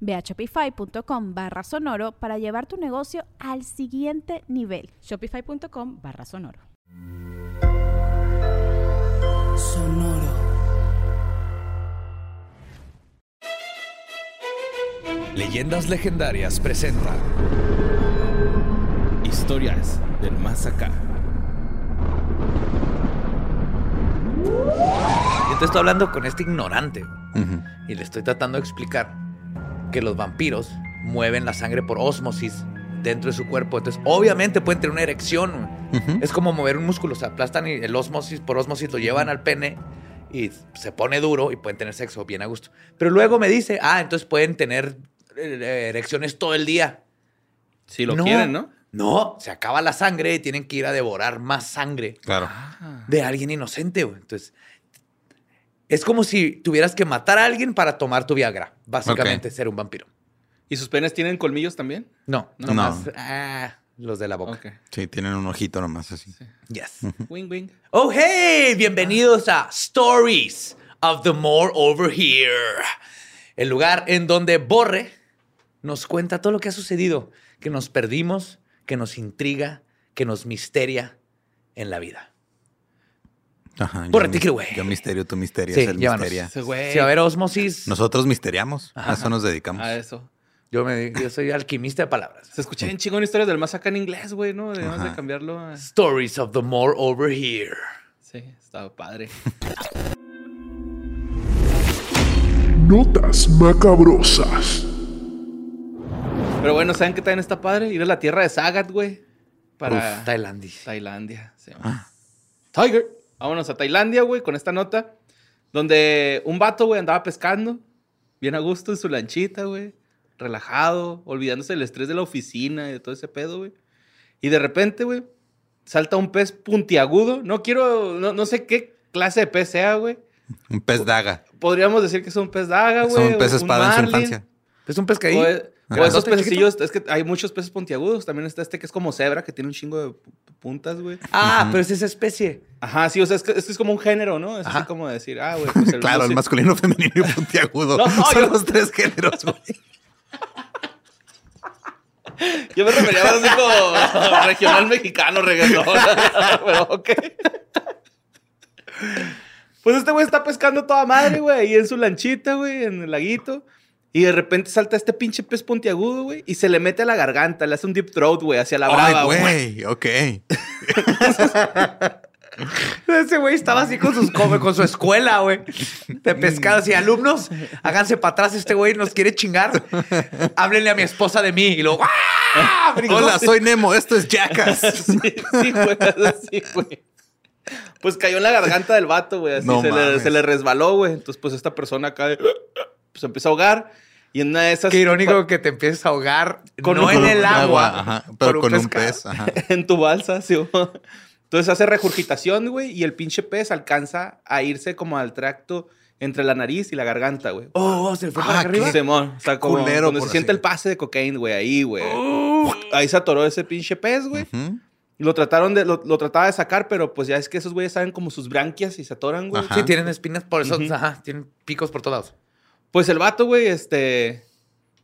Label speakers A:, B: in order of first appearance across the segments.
A: Ve a shopify.com barra sonoro para llevar tu negocio al siguiente nivel.
B: Shopify.com barra sonoro.
C: Sonoro. Leyendas legendarias presenta Historias del más acá. Yo te estoy hablando con este ignorante y le estoy tratando de explicar que los vampiros mueven la sangre por ósmosis dentro de su cuerpo. Entonces, obviamente pueden tener una erección. Es como mover un músculo, se aplastan y el ósmosis por ósmosis lo llevan al pene y se pone duro y pueden tener sexo bien a gusto. Pero luego me dice, ah, entonces pueden tener eh, erecciones todo el día.
D: Si lo quieren, ¿no?
C: No, se acaba la sangre y tienen que ir a devorar más sangre
E: Claro.
C: de alguien inocente. güey. Entonces, es como si tuvieras que matar a alguien para tomar tu Viagra. Básicamente,
E: Ok.
C: ser un vampiro.
D: ¿Y sus penes tienen colmillos también?
C: No,
D: No.
C: nomás ah, los de la boca.
D: Ok.
E: Sí, tienen un ojito nomás así.
C: Yes.
D: Wing, wing.
C: Oh, hey, bienvenidos a Stories of the More Over Here, el lugar en donde Borre nos cuenta todo lo que ha sucedido, que nos perdimos, que nos intriga, que nos misteria en la vida.
E: Ajá. yo
C: Pórrate,
E: mis-
C: que güey.
E: Yo misterio, tú misterias,
C: Sí,
E: él
C: llévanos.
E: misteria.
D: Ese güey.
C: Si va a haber osmosis,
E: Nosotros misteriamos, a Ah, eso nos dedicamos.
D: A eso.
C: yo, me, yo soy alquimista de palabras.
D: Ah, Se escuché en chingón historias del más acá en inglés, güey, ¿no? Debemos de
E: Ajá.
D: cambiarlo a...
C: Stories of the More Over Here.
D: Sí, estaba padre.
F: Notas macabrosas.
D: Pero bueno, ¿saben qué también está padre? Ir a la tierra de Sagat, güey. Para
C: Uf, Tailandia.
D: Tailandia. sí.
E: Ah.
D: Tiger. Vámonos a Tailandia, güey, con esta nota. Donde un vato, güey, andaba pescando. Bien a gusto en su lanchita, güey. Relajado, olvidándose del estrés de la oficina y de todo ese pedo, güey. Y de repente, güey, salta un pez puntiagudo. No quiero, no, no sé qué clase de pez sea, güey.
E: Un pez daga.
D: Podríamos decir que es un pez daga,
E: Es
D: güey.
E: un pez
D: o
E: espada en su
D: marlin.
E: infancia.
C: Es un pescadillo.
D: O, e- o
E: Ajá.
D: esos
C: ¿Grandote,
D: pececillos, es que hay muchos peces puntiagudos. También está este que es como cebra, que tiene un chingo de pu- puntas, güey.
C: Ah, pero es esa especie.
D: Ajá, sí, o sea, es que, es que es como un género, ¿no? Es así
C: Ajá.
D: como decir, ah, güey, pues el
E: Claro, el
D: sí-
E: masculino, femenino y puntiagudo.
D: No, no,
E: Son
D: yo-
E: los tres géneros, güey.
D: Yo me refería más así como regional mexicano, reggaetón. Pero ok. Pues este güey está pescando toda madre, güey, ahí en su lanchita, güey, en el laguito. Y de repente salta este pinche pez puntiagudo, güey, y se le mete a la garganta, le hace un deep throat, güey, hacia la brava,
E: Ay,
D: güey.
E: güey. Ok.
C: Ese güey estaba así con, sus, come- con su escuela, güey. De pescados y alumnos. Háganse para atrás, este güey nos quiere chingar. Háblenle a mi esposa de mí. Y luego, ¡ah!
E: Hola, soy Nemo. Esto es Jackass.
D: Sí, sí, güey, así, güey. Pues cayó en la garganta del vato, güey. Así
E: No
D: se, le,
E: mames.
D: se le resbaló, güey. Entonces, pues esta persona acá de- pues empieza a ahogar. Y en una de esas.
C: Qué irónico que te empieces a ahogar.
D: Con
C: no
D: un-
C: en el
E: Con
C: agua,
E: ajá,
C: por
E: pero con un
C: pescado.
E: pez. Ajá.
D: en tu balsa, sí. mo. Entonces hace regurgitación, güey, y el pinche pez alcanza a irse como al tracto entre la nariz y la garganta, güey.
C: Oh, oh, se fue para
E: Ah,
C: acá arriba.
E: qué-
D: Simón, o sea, como
E: culero,
D: donde se
E: por
D: siente
E: así. Oh.
D: el pase de cocaine, güey, ahí, güey. Ahí se atoró ese pinche pez, güey.
E: Ujú.
D: Lo trataron de, lo, lo trataba de sacar, pero pues ya es que esos güeyes saben como sus branquias y se atoran, güey.
E: Ajá.
C: Sí, tienen espinas por eso. Ajá, tienen picos por todos lados.
D: Pues el vato, güey, este.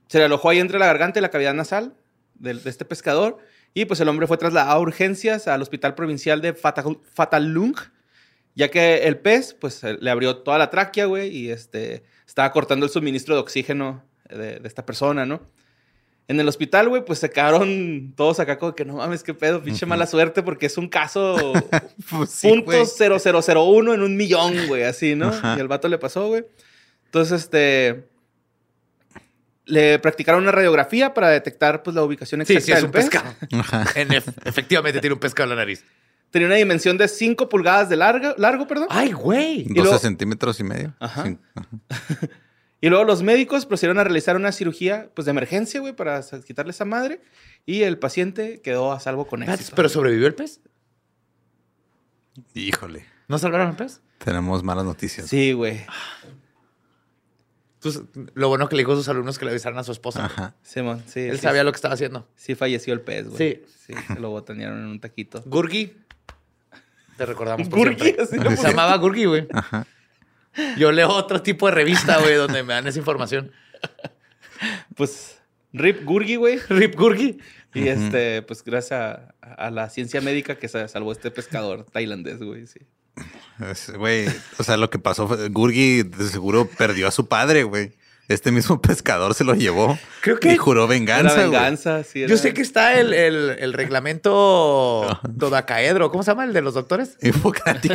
D: Se le alojó ahí entre la garganta y la cavidad nasal del- de, este pescador. Y pues el hombre fue trasladado a urgencias al hospital provincial de Fata- Fatalung, ya que el pez, pues eh, le abrió toda la tráquea, güey, y este. Estaba cortando el suministro de oxígeno de, de esta persona, ¿no? En el hospital, güey, pues se quedaron todos acá como que no mames, qué pedo, pinche mala suerte, porque es un caso
E: Pues sí, güey.
D: punto 0001 en un millón, güey, así, ¿no?
E: Ajá.
D: Y al vato le pasó, güey. Entonces, este. Le practicaron una radiografía para detectar pues, la ubicación
C: Sí,
D: exacta
C: sí, es
D: del
C: un
D: pez.
C: pescado.
E: Ajá.
C: En ef- efectivamente tiene un pescado en la nariz.
D: Tenía una dimensión de 5 pulgadas de largo, largo perdón.
C: ¡Ay, güey!
E: 12
D: luego-
E: centímetros y medio.
D: Ajá.
E: Sí, ajá.
D: Y luego los médicos procedieron a realizar una cirugía pues, de emergencia, güey, para sa- quitarle esa madre. Y el paciente quedó a salvo con
C: Espérate,
D: éxito.
C: ¿Pero sobrevivió el pez?
E: Híjole,
C: ¿No salvaron al pez?
E: tenemos malas noticias.
D: Sí, güey.
C: Tus- lo bueno que le dijo a sus alumnos que le avisaran a su esposa.
E: Ajá.
D: Simón, sí.
C: Él
D: sí,
C: sabía lo que estaba haciendo.
D: Sí falleció el pez, güey.
C: Sí.
D: Sí, se lo botanearon en un taquito.
C: Gurgi. Te recordamos por
D: Gurgi,
C: siempre.
D: así
C: Se llamaba Gurgi, güey.
E: Ajá.
C: Yo leo otro tipo de revista, güey, donde me dan esa información.
D: Pues Rip Gurgi, güey.
C: Rip Gurgi.
D: Y este, pues gracias a, a la ciencia médica que se salvó este pescador tailandés, güey. Sí.
E: Es- Güey, o sea, lo que pasó fue, Gurgi de seguro perdió a su padre, güey. Este mismo pescador se lo llevó.
C: Creo que-
E: Y juró
D: Era
E: venganza, güey.
D: venganza, sí. era-
C: Yo sé que está el, el, el reglamento dodacaedro. ¿Cómo se llama? El de los doctores.
E: Hipocrático.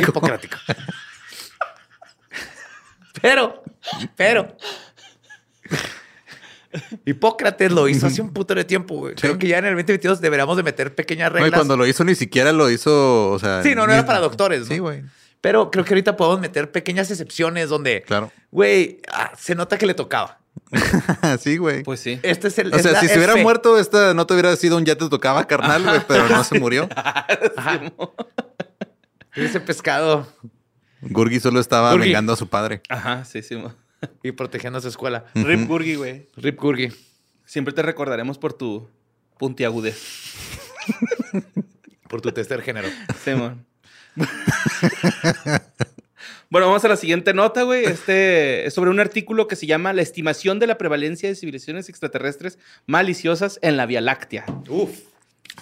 C: Hipocrático. Pero, pero. Hipócrates lo hizo hace un puto de tiempo, güey. Creo que ya en el 2022 deberíamos de meter pequeñas
E: No, y
C: reglas.
E: cuando lo hizo, ni siquiera lo hizo, o sea...
C: Sí, no, no
E: ni-
C: era para doctores, ¿no?
E: Sí, güey.
C: Pero creo que ahorita podemos meter pequeñas excepciones donde,
E: Claro.
C: güey, ah, se nota que le tocaba.
E: sí, güey.
D: Pues sí.
C: Este es el.
E: o
C: es
E: sea,
C: la
E: si se hubiera
C: F.
E: muerto, esta no te hubiera sido un ya te tocaba carnal, güey, pero no se murió.
C: Ajá. Ese pescado
E: Gurgi solo estaba
C: Gurgi.
E: vengando a su padre.
D: Ajá, sí, sí. mo.
C: y protegiendo a su escuela.
D: Rip Gurgi, güey.
C: Rip Kurgi.
D: Siempre te recordaremos por tu puntiagudez.
C: Por tu tercer género.
D: Simón. bueno, vamos a la siguiente nota, güey. Este es sobre un artículo que se llama La estimación de la prevalencia de civilizaciones extraterrestres maliciosas en la Vía Láctea.
C: Uf.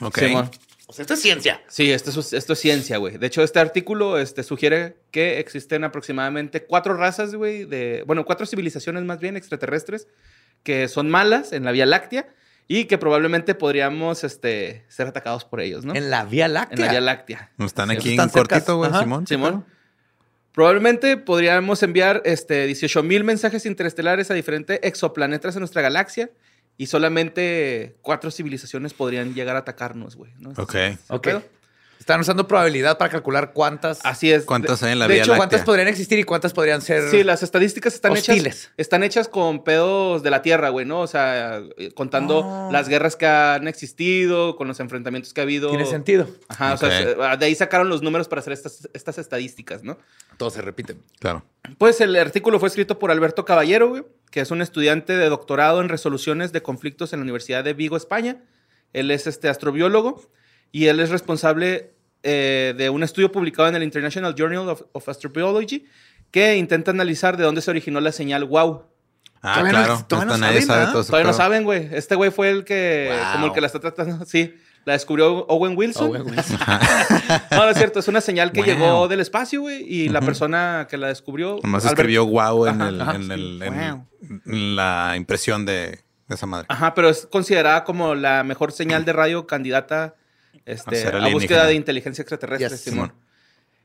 E: Ok.
D: Simón.
C: O sea, esto es ciencia.
D: Sí, esto es, esto es ciencia, güey. De hecho, este artículo este, sugiere que existen aproximadamente cuatro razas, güey, de, bueno, cuatro civilizaciones más bien extraterrestres que son malas en la Vía Láctea y que probablemente podríamos este, ser atacados por ellos, ¿no? En,
C: En la Vía Láctea.
D: la Vía Láctea.
E: Nos están
C: Sí,
E: aquí
C: están
E: en cortito,
C: cercas.
E: güey,
C: Ajá,
E: Simón.
D: Simón. Probablemente podríamos enviar este, 18 mil mensajes interestelares a diferentes exoplanetas en nuestra galaxia y solamente cuatro civilizaciones podrían llegar a atacarnos, güey. ¿no?
E: Ok.
C: Ok. Ah,
D: Pero-
C: Están usando probabilidad para calcular cuántas.
D: Así es.
E: ¿Cuántas
D: De-
E: hay en la
C: de
E: Vía
C: hecho, cuántas
E: Láctea?
C: podrían existir y cuántas podrían ser.
D: Sí, las estadísticas están
C: hostiles.
D: hechas. Están hechas con pedos de la tierra, güey, ¿no? O sea, eh, contando
C: Ah.
D: las guerras que han existido, con los enfrentamientos que ha habido.
C: Tiene sentido.
D: Ajá, o sea, se- de ahí sacaron los números para hacer estas, estas estadísticas, ¿no?
C: Todo se repite.
E: Claro.
D: Pues el artículo fue escrito por Alberto Caballero, güey, que es un estudiante de doctorado en resoluciones de conflictos en la Universidad de Vigo, España. Él es este astrobiólogo y él es responsable eh, de un estudio publicado en el International Journal of, of Astrobiology que intenta analizar de dónde se originó la señal wow.
E: Ah,
C: Todavía no-
E: claro.
C: todavía no
E: Hasta nadie
C: saben,
E: sabe
C: ¿verdad?
E: todo eso.
D: Todavía no saben, güey. Este güey fue el que,
C: Wow.
D: como el que la está tratando, sí. La descubrió Owen Wilson.
C: Owen Wilson.
D: No, no es cierto. Es una señal que
E: Wow.
D: llegó del espacio, güey. Y la persona que la descubrió...
E: Nomás
D: Albert-
E: escribió guau en,
D: Ajá,
E: el,
D: ajá,
E: en,
D: sí.
E: el- en
C: Guau.
E: la impresión de de esa madre.
D: Ajá, pero es considerada como la mejor señal de radio candidata este,
E: ser
D: a,
E: alienígena.
D: búsqueda de inteligencia extraterrestre,
C: Yes.
D: Simón.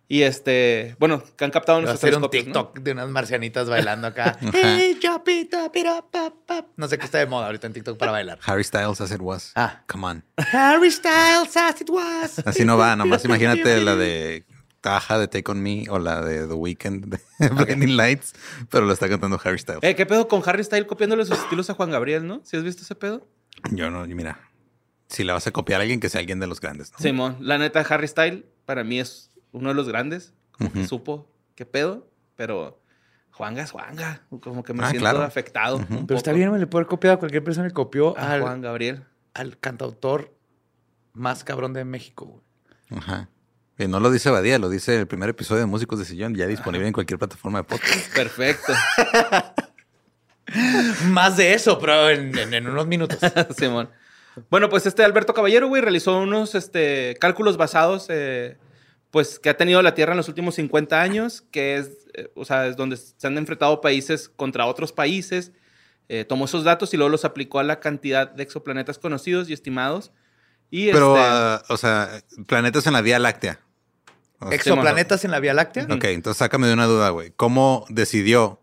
D: Y este, bueno, que han captado
C: Va a
D: nuestros
C: hacer un
D: telescopios, ¿no?
C: TikTok de unas marcianitas bailando acá. Hey, chapita, pira, pa, pa. No sé qué está de moda ahorita en TikTok para bailar.
E: Harry Styles, as it was.
C: Ah.
E: Come on.
C: Harry Styles, as it was.
E: Así no va. Nomás imagínate la de Taja de Take On Me o la de The Weeknd de Blinding Lights, pero lo está cantando Harry Styles.
D: Eh, ¿qué pedo con Harry Styles copiándole sus estilos a Juan Gabriel, no? ¿Sí has visto ese pedo?
E: Yo no, mira. Si la vas a copiar a alguien, que sea alguien de los grandes. ¿no?
D: Simón, la neta, Harry Styles para mí es uno de los grandes. Como que
E: Ujú.
D: supo qué pedo, pero Juanga es Juanga. Como que me
E: Ah,
D: siento
E: claro.
D: afectado.
E: Ujú.
D: un
C: Pero está
D: poco
C: bien, me le puedo haber copiado a cualquier persona que copió
D: a
C: al,
D: Juan Gabriel.
C: al cantautor más cabrón de México. güey.
E: Ajá. Y no lo dice Badía, lo dice el primer episodio de Músicos de Sillón, ya disponible en cualquier plataforma de podcast.
D: Perfecto.
C: Más de eso, pero en, en- en unos minutos.
D: Simón. Bueno, pues este Alberto Caballero, güey, realizó unos este, cálculos basados, eh, pues, que ha tenido la Tierra en los últimos 50 años, que es, eh, o sea, es donde se han enfrentado países contra otros países, eh, tomó esos datos y luego los aplicó a la cantidad de exoplanetas conocidos y estimados. Y
E: Pero,
D: este,
E: ah, o sea, planetas en la Vía Láctea. O sea,
C: ¿Exoplanetas en la Vía Láctea?
E: Ok, entonces sácame de una duda, güey. ¿Cómo decidió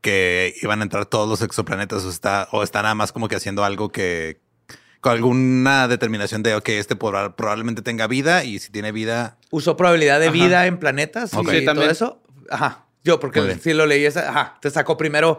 E: que iban a entrar todos los exoplanetas? ¿O está, o está nada más como que haciendo algo que. con alguna determinación de, ok, este proba- probablemente tenga vida y si tiene vida.
C: usó probabilidad de
D: Ajá.
C: vida en planetas
E: Ok.
C: y
D: Sí,
C: todo
D: también.
C: eso. Ajá. Yo,
E: Muy
C: porque
E: bien.
C: si lo leí, esa, ajá, te sacó primero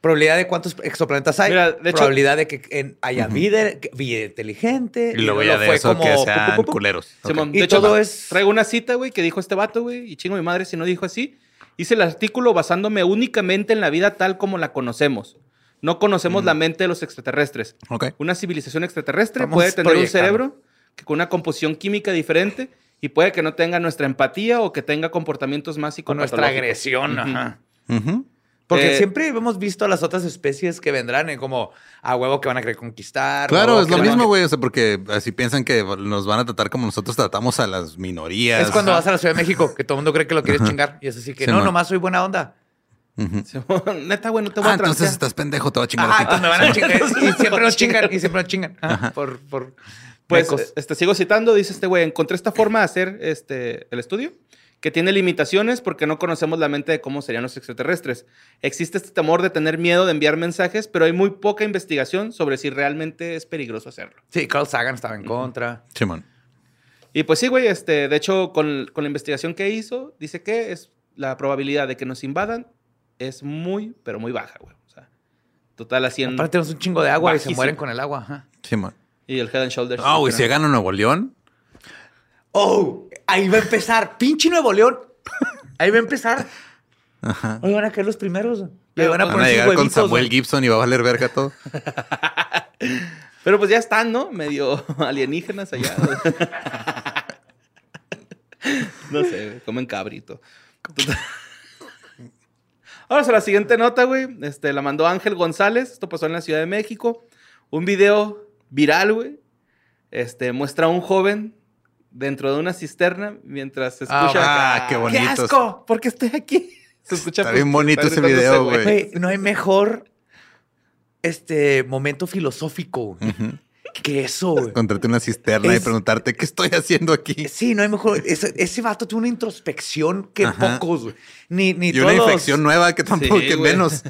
C: probabilidad de cuántos exoplanetas hay,
D: Mira, de hecho-
C: probabilidad de que en- haya vida, que- vida inteligente.
E: Y luego ya de
C: fue
E: eso que
C: pu, pu,
E: sean
C: pu, pu, pu.
E: culeros. Ok.
D: Simón,
C: Y
D: de hecho,
C: todo es-
D: traigo una cita, güey, que dijo este vato, güey, y chingo mi madre si no dijo así. Hice el artículo basándome únicamente en la vida tal como la conocemos. No conocemos la mente de los extraterrestres.
E: Ok.
D: Una civilización extraterrestre
C: Estamos
D: puede tener un
C: proyectando.
D: cerebro que con una composición química diferente y puede que no tenga nuestra empatía o que tenga comportamientos más
C: Con nuestra
D: psicopatológicos.
C: agresión, ajá.
E: Ujú.
C: Porque
D: Eh,
C: siempre hemos visto a las otras especies que vendrán en como a huevo que van a querer conquistar.
E: Claro,
C: huevo
E: es
C: que
E: lo
C: van a-
E: mismo, güey. O sea, porque así piensan que nos van a tratar como nosotros tratamos a las minorías.
C: Es cuando vas a la Ciudad de México, que todo el mundo cree que lo quieres chingar. Y es así que, no,
E: Simón.
C: nomás soy buena onda.
E: Ujú.
D: Simón, Neta, güey, no te voy
E: Ah,
D: a
E: entonces
D: transear.
E: estás pendejo, te voy a chingar. a
C: Ajá,
E: ti.
C: entonces me van a chingar. Y siempre nos chingan, y siempre nos chingan. Ajá, Por, por
D: Pues,
C: becos.
D: este, sigo citando, dice este güey, encontré esta forma de hacer este, el estudio, que tiene limitaciones porque no conocemos la mente de cómo serían los extraterrestres. Existe este temor de tener miedo de enviar mensajes, pero hay muy poca investigación sobre si realmente es peligroso hacerlo.
C: Sí, Carl Sagan estaba en contra.
E: Simón.
D: Y pues sí, güey, este, de hecho, con, con la investigación que hizo, dice que es la probabilidad de que nos invadan es muy, pero muy baja, güey. O sea, total, así en...
C: Aparte tenemos un chingo de agua y se
D: Bajísimo.
C: mueren con el agua. ajá.
E: Simón.
D: Y el Head and Shoulders.
E: Ah, güey,
D: Pero-
E: si gano Nuevo León.
C: Oh, ahí va a empezar. Pinche Nuevo León. Ahí va a empezar.
E: Ajá.
C: Hoy van a caer los primeros. Le van a
E: Van a
C: poner sus
E: llegar con
C: Ah, huevitos.
E: Samuel
C: güey.
E: Gibson y va a valer verga todo.
D: Pero pues ya están, ¿no? Medio alienígenas allá. no sé, güey, comen cabrito. Total- Ahora a la siguiente nota, güey. Este, la mandó Ángel González. Esto pasó en la Ciudad de México. Un video viral, güey. Este, muestra a un joven dentro de una cisterna mientras se
C: Ah,
D: escucha.
E: ah, qué
C: ¡Qué
E: bonitos.
C: asco! ¿Por qué estoy aquí?
D: se escucha
E: Está bien
D: pues,
E: bonito
D: está
E: ese
D: gritándose,
E: video, güey.
C: Güey, no hay mejor este momento filosófico güey,
E: Ujú.
C: que eso, güey.
E: Encontrarte una cisterna y
C: Es-
E: preguntarte qué estoy haciendo aquí.
C: Sí, no hay mejor. Ese, ese vato tuvo una introspección que
E: Ajá.
C: pocos, güey. Ni, ni
E: Y una
C: todos los-
E: infección nueva que tampoco
D: Sí,
E: que
D: güey.
E: menos.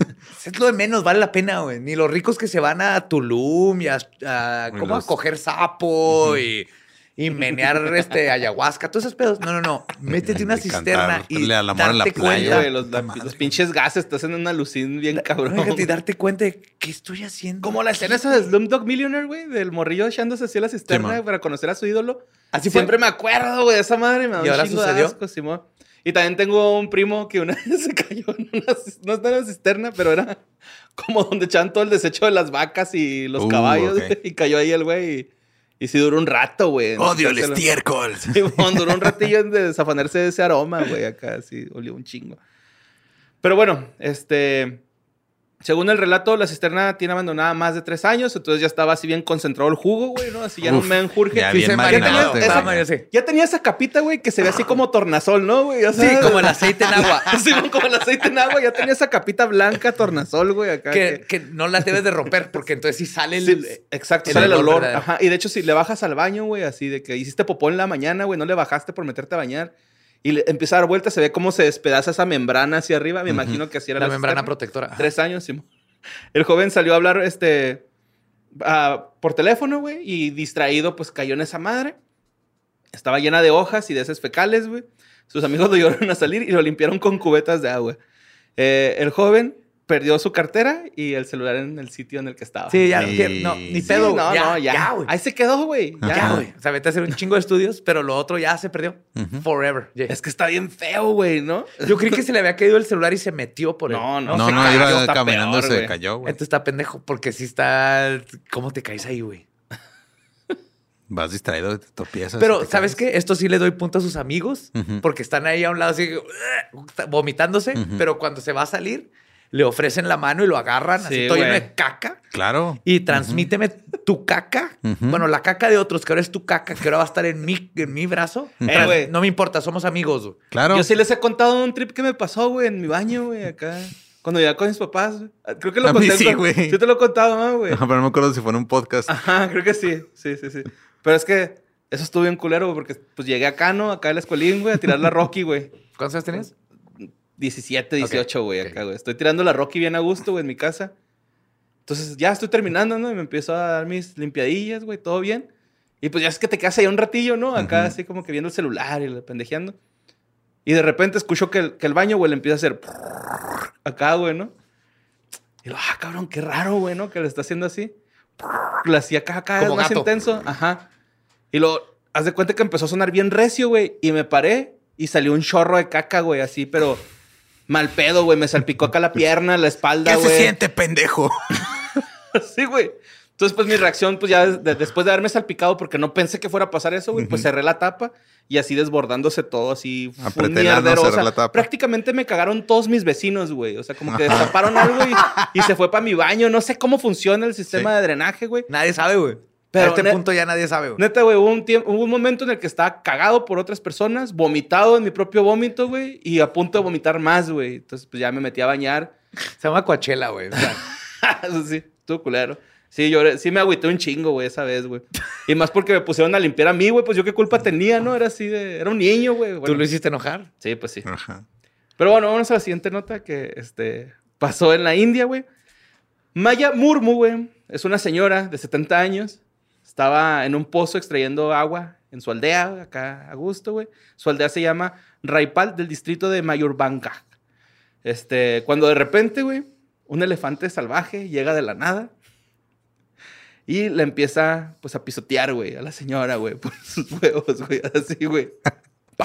C: Es lo de menos, vale la pena, güey. Ni los ricos que se van a Tulum y a, a-
E: Y
C: ¿cómo?
E: los-
C: a coger sapo y, y menear este ayahuasca, todos esos pedos. No, no, no. Métete en una
E: Y
C: cisterna y
E: cantarle al amor en la
C: darte
E: playa.
D: güey.
C: cuenta.
D: Güey, los, la- los pinches gases te hacen una lucín bien cabrón.
C: Fíjate, y
D: güey.
C: darte cuenta de qué estoy haciendo.
D: Como la escena esa de Slumdog Millionaire, güey, del morrillo echándose hacia la cisterna
E: Simón.
D: para conocer a su ídolo.
C: Así fue.
D: Siempre me acuerdo, güey, de esa madre. Me da
C: ¿Y
D: un
C: ahora
D: chingo de
C: sucedió?
D: asco, Simón. Y también tengo un primo que una vez se cayó en una... cis- No está en la cisterna, pero era como donde echaban todo el desecho de las vacas y los
E: Uh,
D: caballos.
E: ok.
D: güey, Y cayó ahí el güey y, y sí duró un rato, güey. en
E: Odio el
D: quitárselo.
E: estiércol.
D: Simón, duró un ratillo en desafanarse de ese aroma, güey, acá sí, olió un chingo. Pero bueno, este, según el relato, la cisterna tiene abandonada más de tres años, entonces ya estaba así bien concentrado el jugo, güey, ¿no? Así ya no
E: Uf,
D: me enjurge.
E: ya
D: Sí,
E: bien
D: se-
E: marinado,
D: tenía-
C: Ah,
E: güey.
D: esa- ya tenía esa capita, güey, que se ve así como tornasol, ¿no, güey? Ya
C: Sí,
D: sabes.
C: como el aceite en agua.
D: Sí, como el aceite en agua, ya tenía esa capita blanca tornasol, güey, acá.
C: Que, que no la debes de romper porque entonces sí sale el...
D: Sí, exacto,
C: el
D: sale el
C: olor
D: olor.
C: verdadero.
D: Ajá. Y de hecho, si le bajas al baño, güey, así de que hiciste popó en la mañana, güey, no le bajaste por meterte a bañar y le, empieza a dar vueltas, se ve cómo se despedaza esa membrana hacia arriba. Me imagino que así era
C: la membrana
D: cisterna.
C: protectora. Ajá.
D: Tres años, Simón. El joven salió a hablar este, ah, por teléfono, güey, y distraído, pues cayó en esa madre. Estaba llena de hojas y de heces fecales, güey. Sus amigos lo llevaron a salir y lo limpiaron con cubetas de agua. Eh, el joven perdió su cartera y el celular en el sitio en el que estaba.
C: Sí, ya,
E: Y-
C: pier- no, ni
E: Sí,
C: pedo,
D: Sí, no,
C: güey. ya,
D: no, ya.
C: ya, güey.
D: Ahí se quedó, güey. Ya.
C: Ya, güey. O sea, vete a hacer un chingo de estudios, pero lo otro ya se perdió.
E: Ujú.
C: Forever. yeah.
D: Es que está bien feo, güey, ¿no?
C: Yo creí que se le había caído el celular y se metió por él.
D: No, no,
E: No,
D: se
E: no,
D: cayó,
E: iba
D: está
E: caminando
D: peor,
E: y se
D: güey.
E: cayó, güey.
C: Entonces está pendejo, porque sí está. ¿Cómo te caes ahí, güey?
E: Vas distraído, te tropiezas.
C: Pero,
E: te
C: ¿sabes
E: caes.
C: qué? Esto sí le doy punto a sus amigos,
E: Ujú.
C: porque están ahí a un lado así, ugh, vomitándose,
E: Ujú.
C: pero cuando se va a salir, le ofrecen la mano y lo agarran,
D: Sí,
C: así todo lleno
D: güey.
C: de caca.
E: Claro.
C: Y transmíteme tu caca.
E: Ujú.
C: Bueno, la caca de otros, que ahora es tu caca, que ahora va a estar en mi, en mi brazo.
E: Eh,
C: Tras-
D: güey.
C: no me importa, somos amigos. güey.
E: Claro.
D: Yo sí les he contado un trip que me pasó, güey, en mi baño, güey, acá. Cuando vivía con mis papás, güey. Creo que lo
E: A mí
D: conté.
E: sí,
D: con-
E: güey.
D: te lo he contado, ¿no, güey?
E: Pero no me acuerdo si fue en un podcast.
D: Ajá, creo que sí. Sí, sí, sí. Pero es que eso estuvo bien culero, güey, porque pues llegué acá, ¿no? Acá en la escuelín, güey, a tirar la Rocky, güey.
C: ¿Cuántos años tenías?
D: 17, 18, güey,
C: ok.
D: acá, güey. Estoy tirando la Rocky bien a gusto, güey, en mi casa. Entonces ya estoy terminando, ¿no? Y me empiezo a dar mis limpiadillas, güey, todo bien. Y pues ya es que te quedas ahí un ratillo, ¿no? Acá
E: Ujú.
D: así como que viendo el celular y la pendejeando. Y de repente escucho que el, que el baño, güey, le empieza a hacer acá, güey, ¿no? Y lo, ah, cabrón, qué raro, güey, ¿no? Que le está haciendo así. Lo hacía acá, acá,
C: Como
D: más
C: gato.
D: intenso. Ajá. Y lo, haz de cuenta que empezó a sonar bien recio, güey. Y me paré y salió un chorro de caca, güey, así, pero mal pedo, güey. Me salpicó acá la pierna, la espalda,
E: ¿Qué
D: güey.
E: se siente, pendejo?
D: Sí, güey. Entonces, pues mi reacción, pues ya de- después de haberme salpicado, porque no pensé que fuera a pasar eso, güey, pues cerré la tapa y así desbordándose todo, así. fue un
E: Apreté el ano,
D: mierdero. O
E: cerré
D: sea,
E: la tapa.
D: Prácticamente me cagaron todos mis vecinos, güey. O sea, como que destaparon algo y, y se fue para mi baño. No sé cómo funciona el sistema
E: Sí.
D: de drenaje, güey.
C: Nadie sabe, güey.
D: Pero
C: a este
D: ne-
C: punto ya nadie sabe, güey.
D: Neta, güey, hubo un, tiempo, hubo un momento en el que estaba cagado por otras personas, vomitado en mi propio vómito, güey, y a punto de vomitar más, güey. Entonces, pues ya me metí a bañar.
C: Se llama Coachella, güey. O sea,
D: Eso sí, tú culero. Sí, lloré, sí me agüité un chingo, güey, esa vez, güey. Y más porque me pusieron a limpiar a mí, güey, pues yo qué culpa tenía, ¿no? Era así de... Era un niño, güey.
C: ¿Tú
D: Bueno,
C: lo hiciste enojar?
D: Sí, pues sí.
E: Ajá.
D: Pero bueno, vamos a la siguiente nota que este, pasó en la India, güey. Maya Murmu, güey, es una señora de 70 años. Estaba en un pozo extrayendo agua en su aldea, güey, acá a gusto, güey. Su aldea se llama Raipal, del distrito de Mayurbanga. Este, cuando de repente, güey, un elefante salvaje llega de la nada y le empieza, pues, a pisotear, güey, a la señora, güey, por sus huevos, güey, así, güey.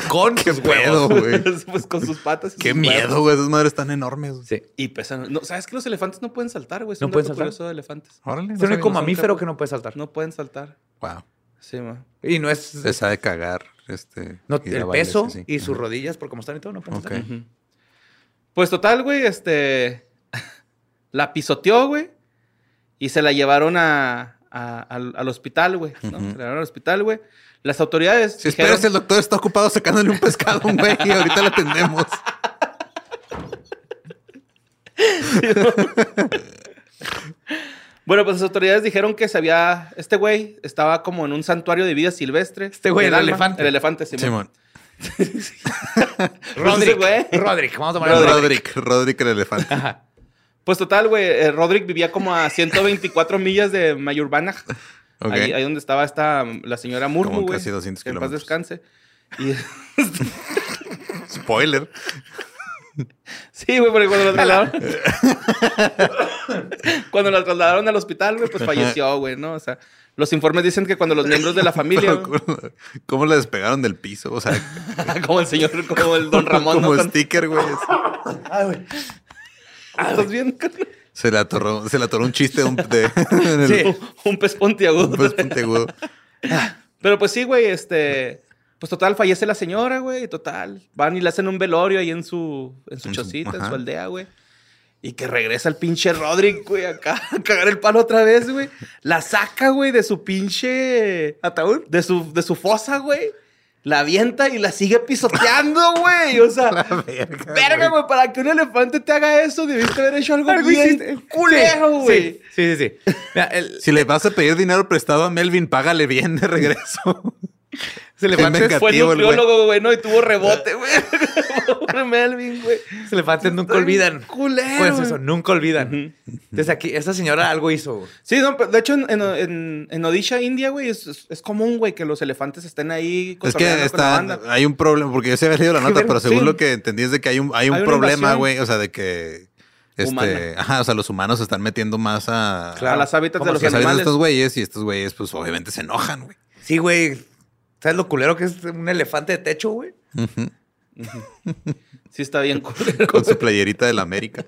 E: Con qué pedo, güey.
D: pues con sus patas. y
E: Qué
D: sus huevos.
E: miedo, güey. Esas madres tan enormes. güey.
C: Sí.
D: Y pesan. No, ¿Sabes que los elefantes no pueden saltar, güey? Es
C: ¿No
D: un
C: pueden
D: dato
C: saltar? Ah.
D: curioso de elefantes.
E: Órale.
C: Es
E: no
C: el único
E: sabía.
C: mamífero que no puede saltar.
D: No pueden saltar.
E: Wow.
D: Sí, ma.
C: Y no es...
E: Esa de cagar. Este,
C: no,
E: y de
C: el
E: bailes,
C: peso
E: así.
C: y sus
E: Ajá.
C: rodillas, por cómo están y todo, no pueden
E: Ok.
C: saltar.
D: Ujú. Pues total, güey, este. la pisoteó, güey. Y se la llevaron a, a- al, al hospital, güey. ¿no?
E: Ujú.
D: Se la llevaron al hospital, güey. Las autoridades.
E: Si
D: dijeron-
E: esperas, el doctor está ocupado sacándole un pescado, a un güey, y ahorita lo atendemos.
D: Bueno, pues las autoridades dijeron que se había. Este güey estaba como en un santuario de vida silvestre.
C: Este güey,
D: del
C: el
D: alma.
C: elefante.
D: El elefante, sí, ma.
E: Simón.
D: Pues ese
C: Rodrick,
D: güey-
C: Rodrick, vamos a poner a Rodrick.
E: Roderick, Roderick el elefante.
D: Pues total, güey, eh, Roderick vivía como a 124 millas de Mayurbana.
E: Ok.
D: Ahí, ahí donde estaba esta, mm, la señora Murmu,
E: Como
D: güey.
E: casi 200
D: que en paz
E: kilómetros.
D: descanse. Y,
E: Spoiler.
D: sí, güey, porque cuando la trasladaron... cuando la trasladaron al hospital, güey, pues falleció, güey, ¿no? O sea, los informes dicen que cuando los miembros de la familia...
E: Pero, ¿cómo, la- cómo la despegaron del piso? O sea,
D: como el señor, como el don Ramón.
E: como
D: ¿no? Ah,
E: sticker, güey. así.
D: ¿Estás bien?
E: Se le atoró, se le atoró un chiste de un, de, en el-
D: Sí, un pez pontiagudo.
E: un pez puntiagudo.
D: Pero pues sí, güey, este. Pues total, fallece la señora, güey, total. Van y le hacen un velorio ahí en su, en su
E: En su-
D: chocita, en
E: ajá.
D: su aldea, güey. Y que regresa el pinche Rodrick, güey, acá a cagar el palo otra vez, güey. La saca, güey, de su pinche ataúd, de su, de su fosa, güey. La avienta y la sigue pisoteando, güey. O sea,
E: verga,
D: verga, güey, para que un elefante te haga eso, debiste haber hecho algo bien culero, güey.
C: Sí, sí, sí. sí. Mira, el,
E: Si le vas a pedir dinero prestado a Melvin, págale bien de regreso.
C: se le
E: Qué merca-
D: Fue
E: Negativo el güey.
D: nucleólogo, güey, ¿no? Y tuvo rebote, güey. Pobre Melvin, güey.
C: Los elefantes nunca olvidan.
D: Culero,
C: Pues eso,
D: güey.
C: nunca olvidan. Entonces aquí, esta señora algo hizo. güey.
D: Sí, no, pero de hecho, en, en- en- en Odisha, India, güey, es, es- es común, güey, que los elefantes estén ahí
E: Es
D: cotorreando
E: que
D: con la
E: está,
D: banda.
E: hay un problema, porque yo sí había leído la nota,
D: verga,
E: pero según
D: sí.
E: lo que entendí es de que hay un, hay un
D: Hay una
E: problema,
D: invasión.
E: güey. O sea, de que. Este,
D: Humana.
E: ajá, o sea, los humanos se están metiendo más a,
D: A las hábitats de
E: Como
D: los
E: si salen
D: animales.
E: estos güeyes y estos güeyes, pues obviamente se enojan, güey.
C: Sí, güey. ¿Sabes lo culero que es un elefante de techo, güey?
D: Sí, está bien culero.
E: Con su playerita de la América.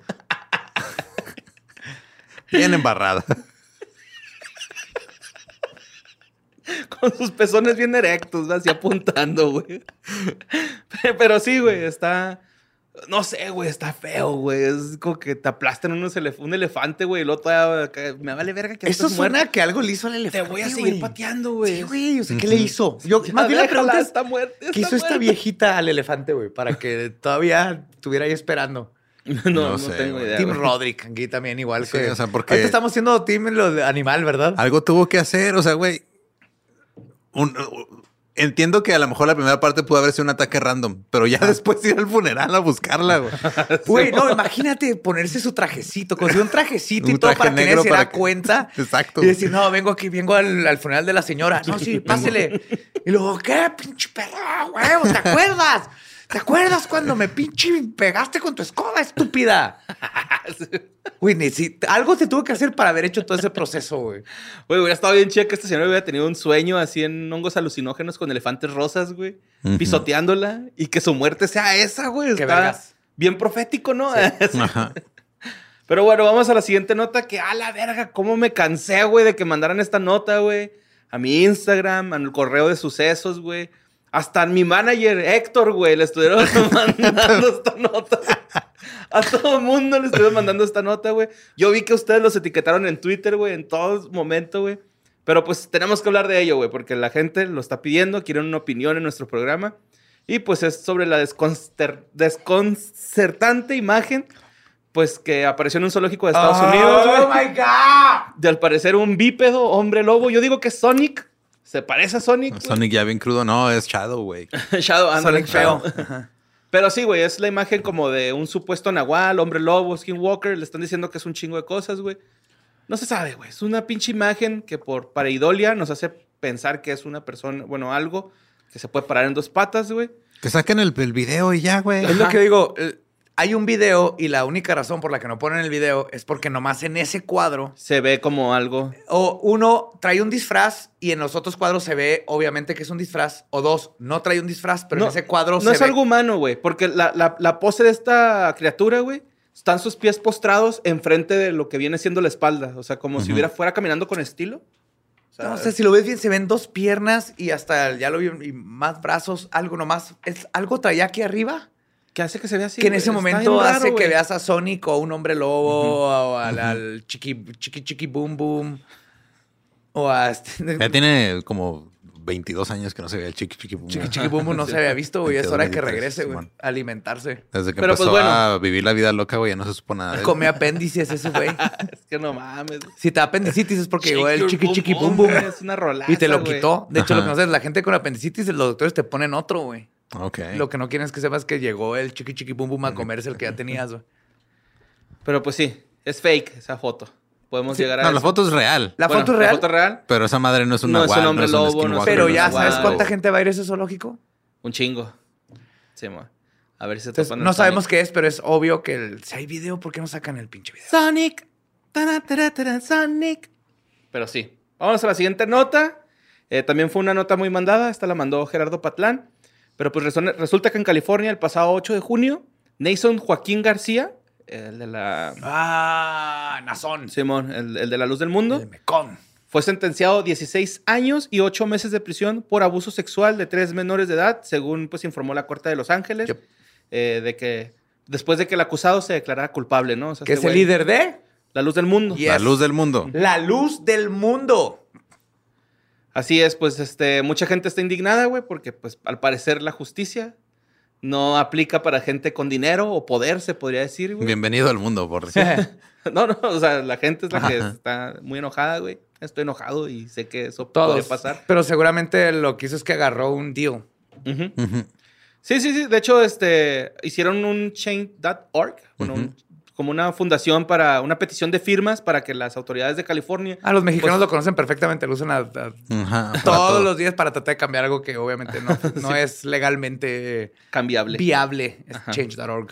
E: Bien embarrada.
D: con sus pezones bien erectos, ¿va? así apuntando, güey. Pe- Pero sí, güey, está. No sé, güey, está feo, güey. Es como que te aplastan unos elef- un elefante, güey, y luego todavía acá, Me vale verga que
C: Eso
D: estés muerto.
C: suena que algo le hizo al elefante.
D: Te voy a seguir
C: güey.
D: pateando, güey.
C: Sí, güey. O sea, ¿qué le hizo? Yo,
D: Ya
C: más bien la pregunta
D: déjala,
C: es,
D: está muerta,
C: ¿qué
D: está
C: hizo esta
D: muerta.
C: viejita al elefante, güey? Para que todavía estuviera ahí esperando.
D: No, no,
E: sé,
D: tengo
E: güey.
D: idea.
C: Team
D: güey.
C: Roderick, aquí también igual
E: Sí,
C: que.
E: o sea, porque-
C: Ahorita estamos siendo Team lo de animal, ¿verdad?
E: Algo tuvo que hacer, o sea, güey. Un- u- entiendo que a lo mejor la primera parte pudo haber sido un ataque random, pero ya después ir al funeral a buscarla, güey.
C: Güey, no, imagínate ponerse su trajecito, conseguir un trajecito y
E: Un
C: todo
E: traje
C: para que nadie
E: negro
C: se
E: para
C: da
E: que-
C: cuenta.
E: Exacto.
C: Y decir, no, vengo aquí, vengo al, al funeral de la señora. No, sí, pásele. Y luego, ¿qué, pinche perro, Ah, huevo? ¿Te acuerdas? ¿Te acuerdas cuando me pinche pegaste con tu escoba, estúpida? Güey, ni si- algo se tuvo que hacer para haber hecho todo ese proceso, güey.
D: Güey, hubiera estado bien chida que esta señora hubiera tenido un sueño así en hongos alucinógenos con elefantes rosas, güey.
E: Ujú.
D: Pisoteándola y que su muerte sea esa, güey.
C: Qué
D: Está
C: vergas.
D: bien profético, ¿no?
E: Ajá.
D: Pero bueno, vamos a la siguiente nota que, a la verga, cómo me cansé, güey, de que mandaran esta nota, güey. A mi Instagram, al correo de sucesos, güey. Hasta a mi manager, Héctor, güey, le estuvieron mandando esta nota. A todo el mundo le estuvieron mandando esta nota, güey. Yo vi que ustedes los etiquetaron en Twitter, güey, en todo momento, güey. Pero pues tenemos que hablar de ello, güey, porque la gente lo está pidiendo, quieren una opinión en nuestro programa. Y pues es sobre la desconcer- desconcertante imagen, pues que apareció en un zoológico de Estados Unidos, güey.
C: ¡Oh, my God!
D: De al parecer un bípedo, hombre lobo. Yo digo que es Sonic se parece a Sonic. güey.
E: Sonic ya bien crudo, no, es Shadow, güey.
D: Shadow, ándale,
C: Sonic feo.
D: Pero sí, güey, es la imagen como de un supuesto nahual, hombre lobo, skinwalker. Le están diciendo que es un chingo de cosas, güey. No se sabe, güey. Es una pinche imagen que por pareidolia nos hace pensar que es una persona, bueno, algo que se puede parar en dos patas, güey.
E: Que saquen el, el video y ya, güey.
C: Es lo que digo. eh, Hay un video y la única razón por la que no ponen el video es porque nomás en ese cuadro
D: Se ve como algo.
C: O uno trae un disfraz y en los otros cuadros se ve obviamente que es un disfraz. O dos, no trae un disfraz, pero en ese cuadro
D: no
C: se
D: es
C: ve.
D: algo humano, güey. Porque la, la- la pose de esta criatura, güey, están sus pies postrados enfrente de lo que viene siendo la espalda. O sea, como si
E: Ujú.
D: hubiera fuera caminando con estilo. O sea,
C: No, o sea, si lo ves bien, se ven dos piernas y hasta ya lo vi y más brazos, algo nomás. Es, algo traía aquí arriba
D: que hace que se vea así.
C: que en
D: güey.
C: ese
D: Está
C: momento
D: bien raro,
C: hace que
D: güey.
C: veas a Sonic o a un hombre lobo o al, al chiqui, chiqui, chiqui, boom, boom. O a este-
E: Ya tiene como 22 años que no se ve el chiqui chiqui. pum,
C: chiqui,
E: güey.
C: chiqui, boom, boom. No se había visto, güey. Es hora que
E: 22,
C: regrese, güey.
E: Simón.
C: a Alimentarse.
E: Desde que
D: Pero, pues,
E: empezó
D: bueno.
E: a vivir la vida loca, güey, ya no se supo nada. de él.
C: Come apéndices ese güey.
D: Es que no mames.
C: Si te da apendicitis es porque llegó el
D: Shake
C: chiqui
D: your
C: chiqui
D: boom,
C: pum pum
D: güey, Es una rolaza,
C: y te lo
D: güey.
C: quitó. De hecho, lo que
E: Ajá.
C: no sabes, la gente con apendicitis, los doctores te ponen otro, güey.
E: Ok.
C: Lo que no quieren es que sepas que llegó el chiqui chiqui pum pum a comerse el que ya tenías, güey.
D: Pero pues sí, es fake esa foto. Podemos llegar a
E: No, la
D: eso.
E: foto es real.
C: La
D: Bueno,
C: foto es real,
D: La foto real,
E: Pero esa madre no es un
D: No es un
E: nahual,
D: hombre lobo, no es
E: skinwalker,
C: pero
D: Guau,
C: ya
E: es
C: sabes
E: nada,
C: cuánta
E: güey.
C: gente va a ir a ese zoológico.
D: un chingo. Sí, mo. A ver si se
C: Entonces,
D: topan
C: no
D: el
C: sabemos
D: Sonic.
C: qué es, pero es obvio que el- si hay video, ¿por qué no sacan el pinche video?
D: Sonic. Tara, tara, tara, Sonic. Pero sí. Vamos a la siguiente nota. Eh, también fue una nota muy mandada. Esta la mandó Gerardo Patlán. Pero pues resuena- resulta que en California, el pasado 8 de junio, Nason Joaquín García, el de la.
C: Ah, Nazón.
D: Simón, el, el de la luz del mundo.
C: El mecón.
D: Fue sentenciado 16 años y 8 meses de prisión por abuso sexual de tres menores de edad, según pues informó la Corte de Los Ángeles,
C: Yep.
D: eh, de que después de que el acusado se declarara culpable, ¿no? O sea,
C: Que es
D: este
C: el
D: güey,
C: líder de
D: La luz del mundo.
C: Yes.
E: La luz del mundo.
C: la luz del mundo.
D: Así es, pues este, mucha gente está indignada, güey, porque pues al parecer la justicia no aplica para gente con dinero o poder, se podría decir, güey.
E: Bienvenido al mundo, por decir.
D: No, no, o sea, la gente es la que
E: Ajá.
D: está muy enojada, güey. Estoy enojado y sé que eso
C: Todos.
D: puede pasar.
C: Pero seguramente lo que hizo es que agarró un deal.
D: Ujú.
E: Ujú.
D: Sí, sí, sí. De hecho, este, hicieron un chain.org, bueno, un-
E: Ujú.
D: como una fundación para una petición de firmas para que las autoridades de California.
C: Ah, los mexicanos
D: Pues-
C: lo conocen perfectamente, lo usan a- a
E: Ajá, para todo.
C: todos los días para tratar de cambiar algo que obviamente no, no es legalmente
D: Cambiable.
C: viable. Es
D: Ajá.
C: change.org.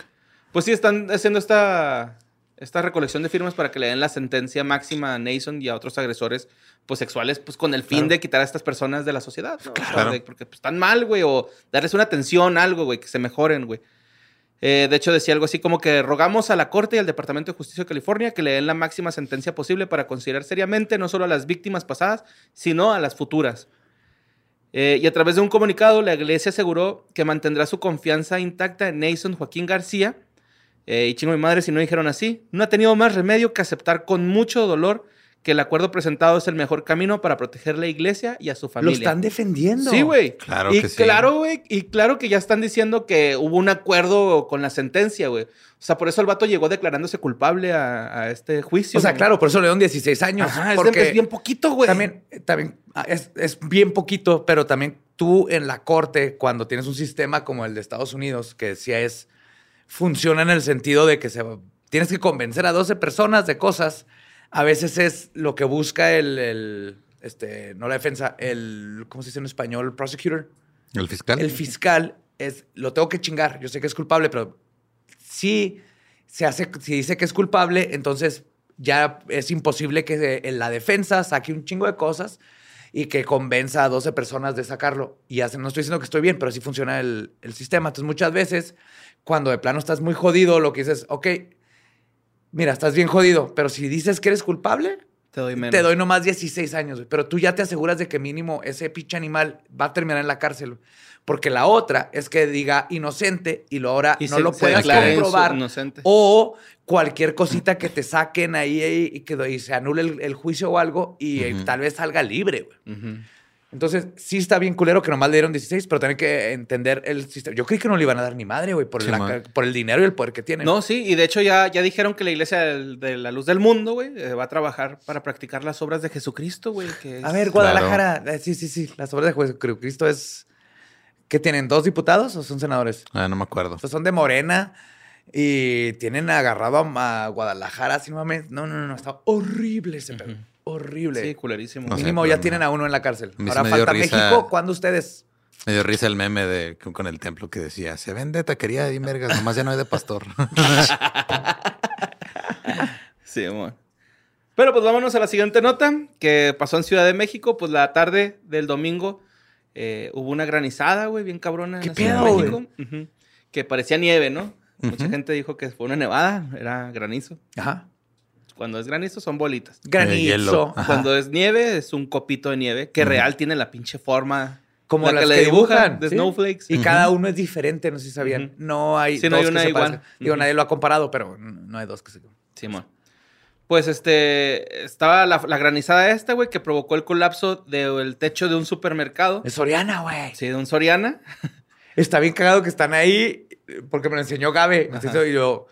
D: Pues sí, están haciendo esta, esta recolección de firmas para que le den la sentencia máxima a Nason y a otros agresores pues, sexuales, pues con el fin
C: Claro.
D: de quitar a estas personas de la sociedad. ¿no? O sea,
E: Claro.
D: de- porque pues, están mal, güey, o darles una atención, algo, güey, que se mejoren, güey. Eh, de hecho, decía algo así como que rogamos a la Corte y al Departamento de Justicia de California que le den la máxima sentencia posible para considerar seriamente no solo a las víctimas pasadas, sino a las futuras. Eh, y a través de un comunicado, la iglesia aseguró que mantendrá su confianza intacta en Nason Joaquín García. Eh, y chingo mi madre si no dijeron así. No ha tenido más remedio que aceptar con mucho dolor que el acuerdo presentado es el mejor camino para proteger la iglesia y a su
C: Lo
D: familia.
C: están defendiendo.
D: Sí, güey.
E: Claro
D: y
E: que sí.
D: Claro, güey. Y claro que ya están diciendo que hubo un acuerdo con la sentencia, güey. O sea, por eso el vato llegó declarándose culpable a, a este juicio.
C: O sea,
D: güey.
C: claro, por eso le dieron 16 años.
D: Ajá, es, de-
C: porque
D: es bien poquito, güey.
C: También, también ah, es, es bien poquito, pero también tú en la corte, cuando tienes un sistema como el de Estados Unidos, que sí es, funciona en el sentido de que se, tienes que convencer a 12 personas de cosas, a veces es lo que busca el, el, este, no la defensa, el, ¿cómo se dice en español? Prosecutor.
E: ¿El fiscal?
C: El fiscal es, lo tengo que chingar, yo sé que es culpable, pero si se hace, si dice que es culpable, entonces ya es imposible que se- en la defensa saque un chingo de cosas y que convenza a 12 personas de sacarlo. Y hacen, no estoy diciendo que estoy bien, pero así funciona el, el sistema. Entonces muchas veces, cuando de plano estás muy jodido, lo que dices, ok, mira, estás bien jodido, pero si dices que eres culpable,
D: Te doy menos.
C: te doy nomás 16 años, güey, pero tú ya te aseguras de que mínimo ese pinche animal va a terminar en la cárcel. güey. Porque la otra es que diga inocente y lo ahora
D: Y
C: no
D: se-
C: lo
D: se
C: puedas
D: declara
C: comprobar.
D: inocente.
C: O cualquier cosita que te saquen ahí, ahí, y que y se anule el, el juicio o algo y eh,
E: Ujú.
C: tal vez salga libre, güey.
D: Ujú.
C: Entonces, sí está bien culero que nomás le dieron 16, pero tienen que entender el sistema. Yo creí que no le iban a dar ni madre, güey, por,
E: Sí,
C: la-
E: man.
C: por el dinero y el poder que tienen.
D: No, sí, y de hecho ya, ya dijeron que la iglesia del- de la luz del mundo, güey, eh, va a trabajar para practicar las obras de Jesucristo, güey. que es-
C: A ver, Guadalajara. eh, Sí, sí, sí. Las obras de Jesucristo es. ¿Qué tienen? ¿Dos diputados o son senadores?
E: Ah, no me acuerdo.
C: O sea, son de Morena y tienen agarrado a, a Guadalajara, si no mames. No, no, no, está horrible ese pedo.
D: Ujú.
C: Horrible.
D: Sí, culerísimo.
E: No sé,
C: Mínimo
E: pero
C: ya
E: no.
C: tienen a uno en la cárcel.
E: A mí sí
C: Ahora
E: me dio
C: falta
E: risa.
C: México. ¿Cuándo ustedes?
E: Me dio risa el meme de, con, con el templo que decía, se vende taquería de vergas, nomás ya no hay de pastor.
D: Sí, amor. Pero pues vámonos a la siguiente nota que pasó en Ciudad de México. Pues la tarde del domingo eh, hubo una granizada, güey, bien cabrona. en
C: ¿Qué
D: la Ciudad
C: pedo,
D: de México. Ujú. Que parecía nieve, ¿no? Mucha
E: Ujú.
D: gente dijo que fue una nevada, era granizo.
C: Ajá.
D: Cuando es granizo son bolitas.
C: Granizo.
E: Eh, hielo.
C: Ajá.
D: Cuando es nieve es un copito de nieve que real tiene la pinche forma
C: Como
D: la
C: las
D: que le
C: que
D: dibujan,
C: dibujan,
D: de
C: ¿sí?
D: snowflakes.
C: Y
E: Ujú.
C: cada uno es diferente, no sé si sabían.
D: Ujú.
C: No hay
D: Sí, no hay
C: dos que
D: una
C: se
D: igual.
C: parezcan. Digo,
D: Ujú.
C: nadie lo ha comparado, pero no hay dos que se
D: Simón. Pues este, estaba la, la granizada esta, güey, que provocó el colapso del techo de un supermercado.
C: Es Soriana, güey.
D: Sí, de un Soriana.
C: Está bien cagado que están ahí eh, porque me lo enseñó Gabe. Me
D: Ajá.
C: enseñó y yo,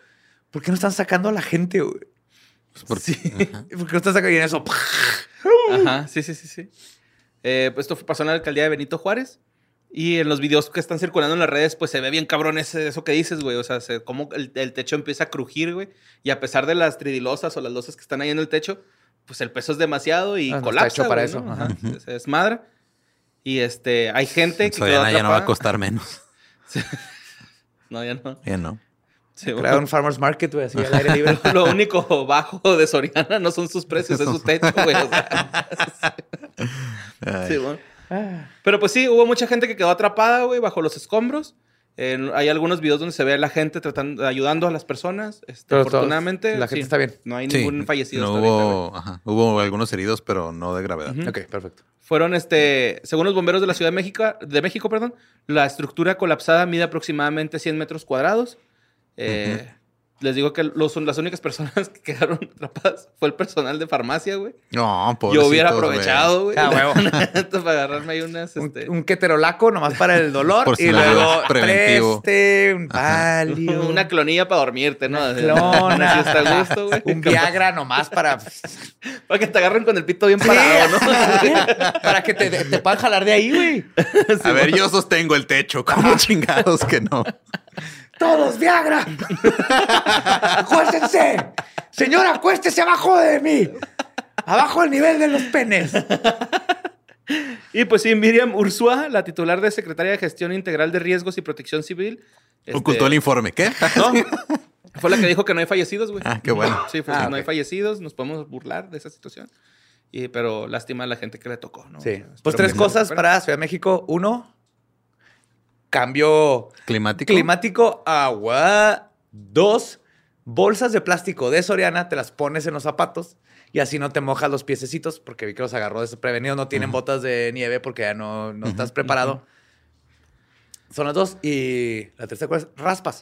C: ¿por qué no están sacando a la gente? güey?
E: Pues porque- Ajá.
C: ¿Por qué no están sacando? Y en eso, ¡pah!
D: Ajá, sí, sí, sí, sí. Eh, pues esto fue- pasó en la alcaldía de Benito Juárez. Y en los videos que están circulando en las redes, pues se ve bien cabrón ese- eso que dices, güey. O sea, se- cómo el, el techo empieza a crujir, güey. Y a pesar de las tridilosas o las losas que están ahí en el techo, pues el peso es demasiado y
C: Ah, no está
D: colapsa.
C: hecho para
D: güey,
C: eso,
D: ¿no?
C: ajá.
D: Ajá, se- Se desmadra. Y este, hay gente que. quedó
E: Soriana ya no va a
D: atrapada.
E: costar menos.
D: No, ya no.
E: Ya no.
D: Sí, güey.
C: Crearon un farmer's market, güey, así al aire libre.
D: Lo único bajo de Soriana no son sus precios, es su techo, güey. o sea,
E: Ay.
D: sí, bueno.
C: Ah.
D: Pero pues sí, hubo mucha gente que quedó atrapada, güey, bajo los escombros. En- hay algunos videos donde se ve a la gente tratando, ayudando a las personas. Este,
C: Pero todos-
D: afortunadamente,
C: la gente
D: sí,
C: está bien.
D: No hay
E: Sí,
D: ningún fallecido.
E: No
D: hasta ahorita, güey.
E: hubo, ajá, hubo algunos heridos, pero no de gravedad.
D: Ujú.
C: ok, perfecto.
D: Fueron, este, según los bomberos de la Ciudad de México, de México perdón, la estructura colapsada mide aproximadamente 100 metros cuadrados. Eh, Les digo que los, las únicas personas que quedaron atrapadas fue el personal de farmacia, güey.
E: No,
D: Yo
E: pobrecitos,
D: hubiera
E: güey.
D: aprovechado, güey.
C: Ah, huevo.
D: la neta, para agarrarme ahí unas,
C: Un,
D: este,
C: un keterolaco nomás para el dolor.
E: Por si
C: y
E: la
C: luego
E: duda, preventivo.
C: preste, un
E: Ajá.
C: palio.
D: una clonilla para dormirte, ¿no? Así,
C: clona.
D: así está a gusto, güey.
C: Un Viagra nomás para,
D: Para que te agarren con el pito bien parado, ¿no?
C: para que te, te puedan jalar de ahí, güey.
E: A ver, yo sostengo el techo. ¿Cómo chingados que no?
C: ¡Todos Viagra! ¡Acuéstense! Señora, acuéstese abajo de mí. Abajo del nivel de los penes.
D: Y pues sí, Miriam Ursúa, la titular de Secretaría de Gestión Integral de Riesgos y Protección Civil. este,
E: Ocultó el informe. ¿Qué?
D: No, fue la que dijo que no hay fallecidos, güey.
E: Ah, qué bueno.
D: Sí, fue
C: Ah,
D: que
C: ok.
D: no hay fallecidos, nos podemos burlar de esa situación. Y, pero lástima a la gente que le tocó, ¿no?
C: Sí.
D: Espero
C: Pues tres
D: que se
C: cosas
D: recupere.
C: para Ciudad de México. Uno, cambio
E: Climático.
C: climático agua. Dos, bolsas de plástico de Soriana, te las pones en los zapatos y así no te mojas los piececitos porque vi que los agarró desprevenidos. No tienen botas de nieve porque ya no, no estás preparado. Son las dos. Y la tercera cosa es raspas.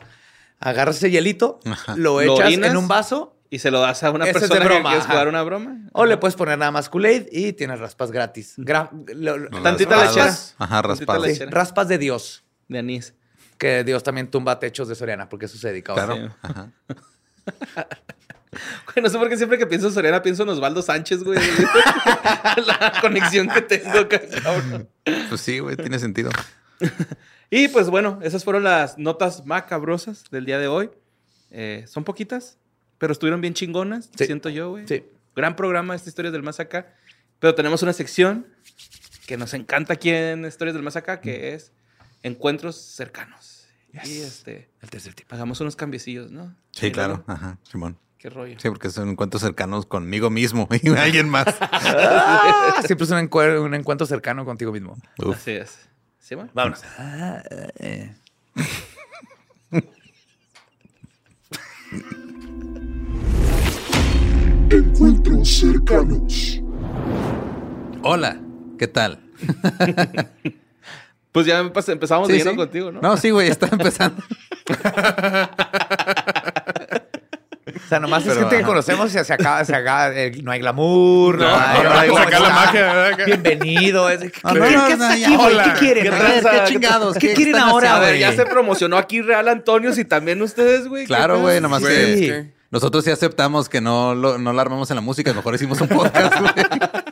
C: Agarras ese hielito,
E: Ajá.
C: lo
D: ¿Lo
C: echas en
D: orinas?
C: un vaso
D: Y se lo das a una
C: Eso es de
D: persona que
C: broma,
D: quieres
C: ajá.
D: jugar una broma.
C: O le puedes poner nada más Kool-Aid y tienes raspas gratis. Gra- lo- lo-
E: Las
D: Tantita
E: raspadas.
D: lechera.
E: Ajá,
D: Tantita
E: raspadas.
D: lechera.
C: sí, raspas de Dios.
D: De anís.
C: Que Dios también tumba techos de Soriana, porque eso se dedica ahora.
E: Claro. Ajá.
D: Güey, no sé por qué siempre que pienso en Soriana pienso en Osvaldo Sánchez, güey. La conexión que tengo, acá, cabrón.
E: Pues sí, güey, tiene sentido.
D: Y pues bueno, esas fueron las notas macabrosas del día de hoy. Eh, son poquitas, pero estuvieron bien chingonas,
C: Sí.
D: siento yo, güey.
C: Sí.
D: Gran programa, esta Historias del Más Acá. Pero tenemos una sección que nos encanta aquí en Historias del Más Acá, que es Encuentros Cercanos. Y este,
C: El tercer tipo.
D: hagamos unos cambiecillos, ¿no?
E: Sí,
D: Y luego,
E: claro. Ajá, Simón.
D: Qué rollo.
E: Sí, porque son encuentros cercanos conmigo mismo y alguien más.
C: Ah, siempre es un, encuer- un encuentro cercano contigo mismo.
E: Uf.
D: Así es. ¿Sí, man?
C: Vámonos.
F: Encuentros cercanos.
E: Hola, ¿qué tal?
D: Pues ya empe- empezamos
E: Sí,
D: de lleno
E: sí.
D: contigo, ¿no?
E: No, sí, güey, está empezando.
C: O sea, nomás es
E: Pero,
C: que te
E: ajá.
C: conocemos y se acaba, se acaba, eh, no hay glamour, no,
E: No,
C: hay,
E: no, no hay
C: ¿cómo
E: sacar la
C: está?
E: magia, ¿verdad?
C: Bienvenido. Es, de que-
E: No, no, no,
C: ¿Qué
E: no,
C: está
E: ya,
C: aquí, güey? ¿Qué
E: hola.
C: quieren?
E: ¿Qué
C: A ver,
E: tranza?
C: ¿Qué chingados? ¿Qué,
E: ¿Qué
C: quieren
E: están
C: ahora,
E: haciendo,
C: güey?
D: Ya
E: güey?
D: se promocionó aquí Real Antonio y también ustedes, güey. ¿Qué
E: Claro,
D: pedo?
E: güey, nomás
C: Sí.
E: que nosotros sí aceptamos que no lo, no la armamos en la música, mejor hicimos un podcast, güey.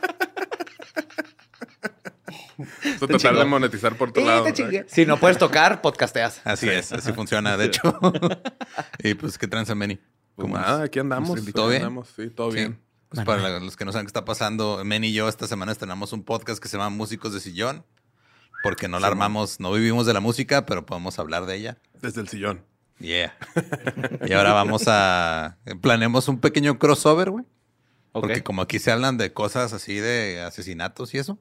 G: Eso tratar de monetizar por tu
C: Eh,
G: lado.
C: te
G: ¿verdad?
C: chingué. Si no puedes tocar, podcasteas.
E: Así es, así funciona, de hecho. y pues, ¿qué tranza, Manny?
G: Pues
E: ¿Cómo
G: nada,
E: es?
G: aquí andamos.
E: ¿Todo
G: aquí
E: bien?
G: andamos, Sí, todo
E: Sí.
G: bien.
E: Pues para la- los que no saben qué está pasando, Men y yo esta semana estrenamos un podcast que se llama Músicos de Sillón, porque no la armamos, no vivimos de la música, pero podemos hablar de ella.
G: Desde el sillón.
E: Yeah. y ahora vamos a... Planeamos un pequeño crossover, güey.
D: Ok.
E: Porque como aquí se hablan de cosas así de asesinatos y eso,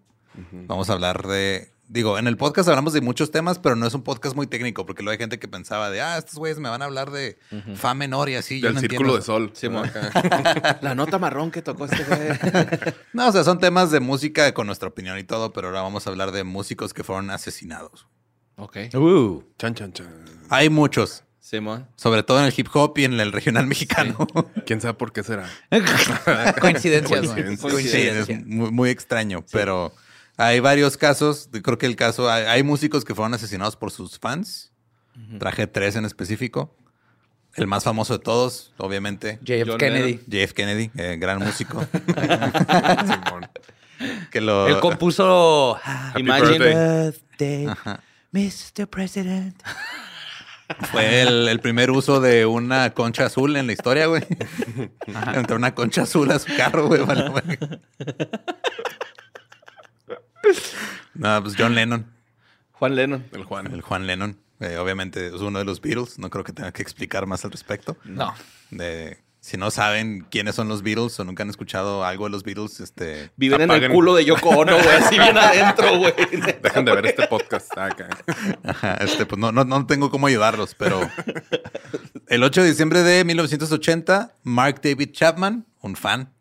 E: vamos a hablar de... Digo, en el podcast hablamos de muchos temas, pero no es un podcast muy técnico, porque luego hay gente que pensaba de, ah, estos güeyes me van a hablar de fa menor y así. yo
G: Del
E: no
G: círculo
E: entiendo".
G: de sol.
D: Sí,
G: ¿verdad?
D: mo- La nota marrón que tocó este güey.
E: No, o sea, son temas de música con nuestra opinión y todo, pero ahora vamos a hablar de músicos que fueron asesinados.
D: ok.
E: Uh.
G: Chan, chan, chan.
E: Hay muchos,
D: Simón.
E: sobre todo en el hip hop y en el regional mexicano.
G: ¿Quién sabe por qué será?
C: Coincidencias, güey.
G: Coincidencias.
E: Sí, es
C: Coincidencias.
E: muy, muy extraño, pero hay varios casos. Creo que el caso, hay, hay músicos que fueron asesinados por sus fans. Traje tres en específico. El más famoso de todos, obviamente,
C: JF
D: John
C: Kennedy.
D: Lennon.
E: JF Kennedy, eh, gran músico.
G: Simón.
E: que lo,
C: Él compuso Happy
D: Imagine.
C: Birthday,
E: Ajá.
C: Mr. President.
E: Fue el, el primer uso de una concha azul en la historia, güey. Entró una concha azul a su carro, güey. vale, güey. No, pues John Lennon,
D: Juan Lennon.
G: El Juan.
E: el Juan Lennon. eh, obviamente es uno de los Beatles. No creo que tenga que explicar más al respecto.
C: No.
E: De, si no saben quiénes son los Beatles o nunca han escuchado algo de los Beatles, este...
D: Viven en el
G: Apaguen.
D: culo de Yoko Ono, güey. Así bien adentro, güey. Neta,
G: Dejen de ver
D: güey.
G: este podcast. Ah, acá.
E: Ajá, este, pues no, no, no tengo cómo ayudarlos, pero el 8 de diciembre de 1980, Mark David Chapman, un fan,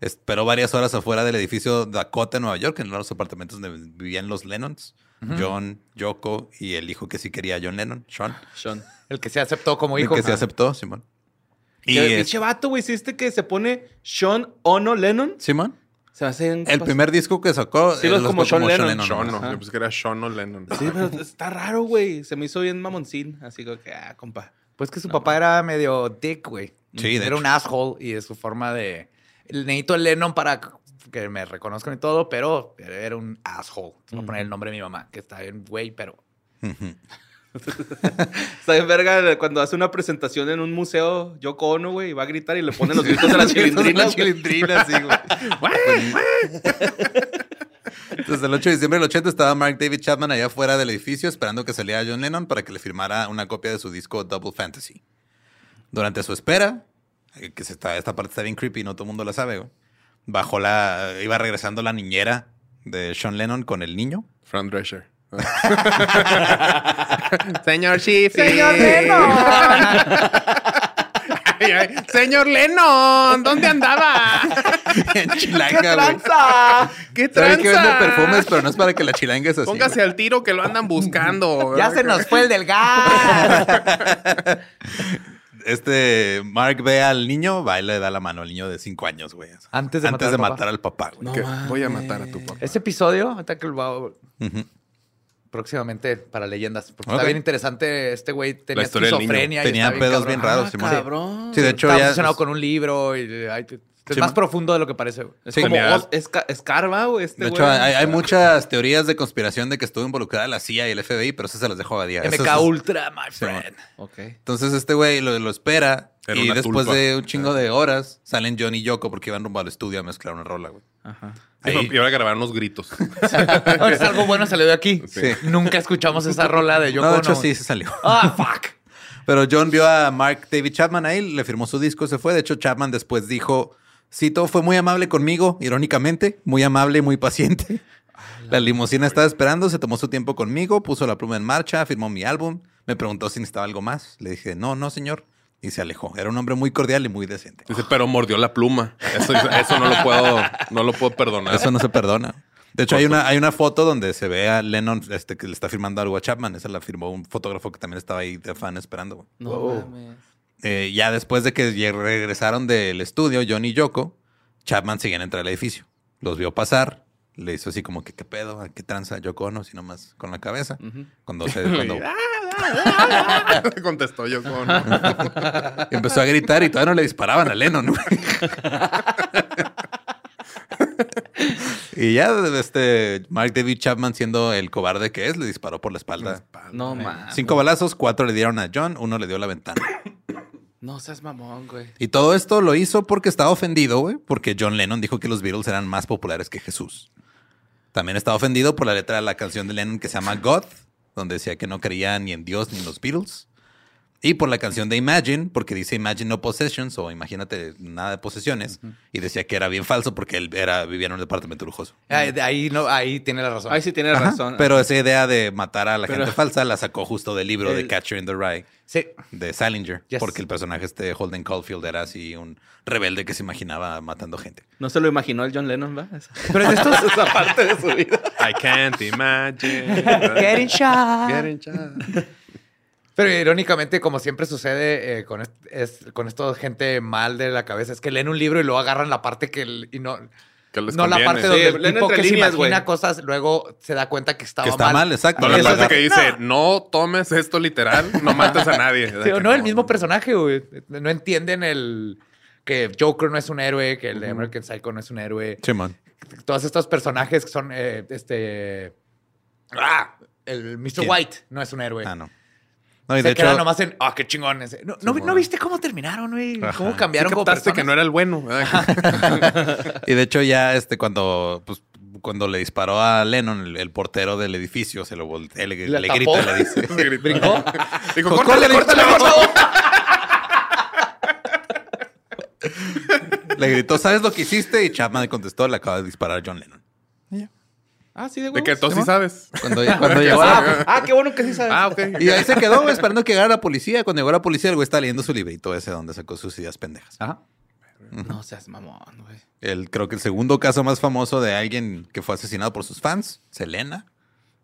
E: esperó varias horas afuera del edificio Dakota, en Nueva York, en los apartamentos donde vivían los Lennons, John, Yoko y el hijo que sí quería a John Lennon, Sean,
D: Sean.
C: El que se aceptó como
E: el
C: hijo.
E: que se aceptó, Simón. Y este,
D: ¿Qué
E: es-
D: pinche vato, güey? ¿Hiciste que se pone Sean Ono Lennon?
E: Simón,
D: Se hace un...
E: el primer disco que sacó
D: Sí,
E: eh,
D: los
E: lo
D: como
E: sacó
D: John Lennon,
G: Sean, no.
D: Ajá.
G: Yo pensé que era Sean o Lennon.
D: Sí, pero está raro, güey. Se me hizo bien mamoncín. Así como que, ah, compa.
C: Pues que su papá era medio dick, güey.
E: Sí, de
C: Era un asshole y es su forma de. Necesito el Lennon para que me reconozcan y todo, pero era un asshole. Voy a poner el nombre de mi mamá, que está bien, güey, pero.
E: Ujú.
D: Está bien verga cuando hace una presentación en un museo Yoko Ono, güey. Y va a gritar y le ponen los gritos de la chilindrina.
E: La
D: güey.
E: chilindrina, sí, güey. Pues, Entonces, el 8 de diciembre del 80 estaba Mark David Chapman allá afuera del edificio esperando que saliera John Lennon para que le firmara una copia de su disco Double Fantasy. Durante su espera, eh, que se está, esta parte está bien creepy, no todo el mundo la sabe, güey, bajó la, iba regresando la niñera de Sean Lennon con el niño.
G: Fran Drescher. Señor Schiff.
A: Señor Lennon.
G: Ay, ay. Señor Lennon, ¿dónde andaba?
E: En chilanga, güey.
G: ¿Qué
E: Sabe que vende
G: tranza?
E: perfumes, pero no es para que la chilanga es así.
G: Póngase
E: güey.
G: al tiro que lo andan buscando.
C: Ya se nos fue el del gas.
E: este Mark ve al niño, va y le da la mano al niño de cinco años, güey.
C: Antes de matar al papá.
E: al papá, güey.
G: Que voy a matar a tu papá.
C: Este episodio, ahorita que lo va-
E: Ujú.
C: próximamente para leyendas, porque
E: Ok.
C: está bien interesante. Este güey tenía
G: La historia del niño.
C: esquizofrenia. y
E: Tenía
C: está
E: pedos bien
C: cabrón.
E: raros,
C: Ah,
E: Simón.
D: cabrón.
E: Sí, de hecho
C: Estaba
E: ya.
C: obsesionado con un libro. Y, ay, te- es
E: Sí,
C: más
E: ma-
C: profundo de lo que parece. güey.
D: Es
E: Sí.
D: como
E: Genial.
C: este
D: Oz- esca- escarba, güey. Este
E: De hecho,
D: güey.
E: hay, hay muchas teorías de conspiración de que estuvo involucrada la CIA y el FBI, pero eso se las dejo a día.
C: MK Ultra, my friend.
D: Ok.
E: Entonces este güey lo, lo espera
G: Era
E: y
G: una
E: después
G: tulpa.
E: de un chingo de horas salen John y Yoko porque iban rumbo al estudio a mezclar una rola, güey.
D: Ajá.
E: Ahí-
G: Y ahora grabar unos gritos.
C: Ahora, es algo bueno salió de aquí.
E: Sí.
C: Nunca escuchamos esa rola de Yoko
E: no, de hecho
C: Ono.
E: sí se salió.
C: Ah, fuck.
E: Pero John vio a Mark David Chapman ahí, le firmó su disco, se fue. De hecho, Chapman después dijo, Cito fue muy amable conmigo, irónicamente, muy amable, muy paciente. La limusina estaba esperando, se tomó su tiempo conmigo, puso la pluma en marcha, firmó mi álbum, me preguntó si necesitaba algo más. Le dije, no, no, señor. Y se alejó. Era un hombre muy cordial y muy decente.
G: Dice, pero mordió la pluma. Eso, eso no lo puedo, no lo puedo perdonar.
E: Eso no se perdona. De hecho, hay una, hay una foto donde se ve a Lennon este, que le está firmando algo a Chapman. Esa la firmó un fotógrafo que también estaba ahí de fan esperando. güey.
D: No
C: Wow.
D: mames.
E: Eh, ya después de que lleg- regresaron del estudio, John y Yoko, Chapman seguían entrar al edificio. Los vio pasar, le hizo así como que qué pedo, ¿A qué tranza Yoko no, sino más con la cabeza.
D: Ujú.
E: Cuando se cuando
G: Contestó yo con...
E: empezó a gritar y todavía no le disparaban a Lennon. güey. y ya este Mark David Chapman siendo el cobarde que es, le disparó por la espalda.
D: No mames.
E: Cinco balazos, cuatro le dieron a John, uno le dio la ventana.
D: No seas mamón, güey.
E: Y todo esto lo hizo porque estaba ofendido, güey, porque John Lennon dijo que los Beatles eran más populares que Jesús. También estaba ofendido por la letra de la canción de Lennon que se llama God, donde decía que no creía ni en Dios ni en los Beatles. Y por la canción de Imagine, porque dice Imagine no possessions o imagínate nada de posesiones. Y decía que era bien falso porque él era, vivía en un departamento lujoso.
C: Ay, de Ahí, no, ahí tiene la razón.
D: Ahí sí tienes
E: Ajá,
D: Ah, razón.
E: Pero esa idea de matar a la
D: Pero-
E: gente falsa la sacó justo del libro de
D: El-
E: Catcher in the Rye
C: Sí.
E: de Salinger,
C: Yes.
E: porque el personaje este Holden Caulfield era así un rebelde que se imaginaba matando gente.
D: No se lo imaginó el John Lennon, ¿va? Esa-
C: Pero es estos
D: Esa parte de su vida.
G: I can't imagine.
C: Getting shot.
G: Getting shot.
C: Pero irónicamente, como siempre sucede eh, con, est- es- con esto gente mal de la cabeza, es que leen un libro y luego agarran la parte que... el- y no,
G: Que les
C: no la
G: conviene.
C: parte donde
D: Sí,
C: el
D: leen
C: tipo
D: entre
C: que se
D: líneas,
C: imagina
D: güey.
C: cosas, luego se da cuenta que estaba
E: que está mal,
C: mal.
E: exacto.
G: No, la
C: Eso
G: parte
C: es-
G: que dice, no tomes esto literal, no mates a nadie.
C: Sí, o no, el mismo personaje, güey. No entienden el... Que Joker no es un héroe, que el de American Psycho no es un héroe.
E: Simón.
C: Todos estos personajes que son, eh, este... Ah, el Mr.
E: ¿Quién?
C: White no es un héroe.
E: Ah, no. No, y
C: se
E: de hecho,
C: quedan nomás en, ah, qué chingón. ese". No, no, vi- no viste cómo terminaron, güey? ¿Cómo
E: Ajá.
C: cambiaron como
G: captaste que
C: personas?
G: no era el bueno.
E: y de hecho ya este cuando pues, cuando le disparó a Lennon el, el portero del edificio se lo voltea, le,
C: La
E: le
C: tapó.
E: grita, le dice.
G: Brincó. Dijo,
E: Pues,
G: córtale,
E: córtale,
G: córtale,
E: córtale,
G: por favor".
E: Le gritó, ¿sabes lo que hiciste? Y Chapman le contestó, le acaba de disparar a John Lennon.
D: Ah, sí, de
G: De
D: huevos.
G: que tú sí sabes.
E: Cuando, cuando
G: ¿Qué
E: llegó
G: sabe?
D: Ah, qué bueno que sí sabes.
G: Ah, ok.
E: Y ahí se quedó, güey, esperando que llegara la policía. Cuando llegó la policía, el güey está leyendo su librito ese donde sacó sus ideas pendejas.
D: No seas mamón, güey.
E: El, creo que el segundo caso más famoso de alguien que fue asesinado por sus fans, Selena.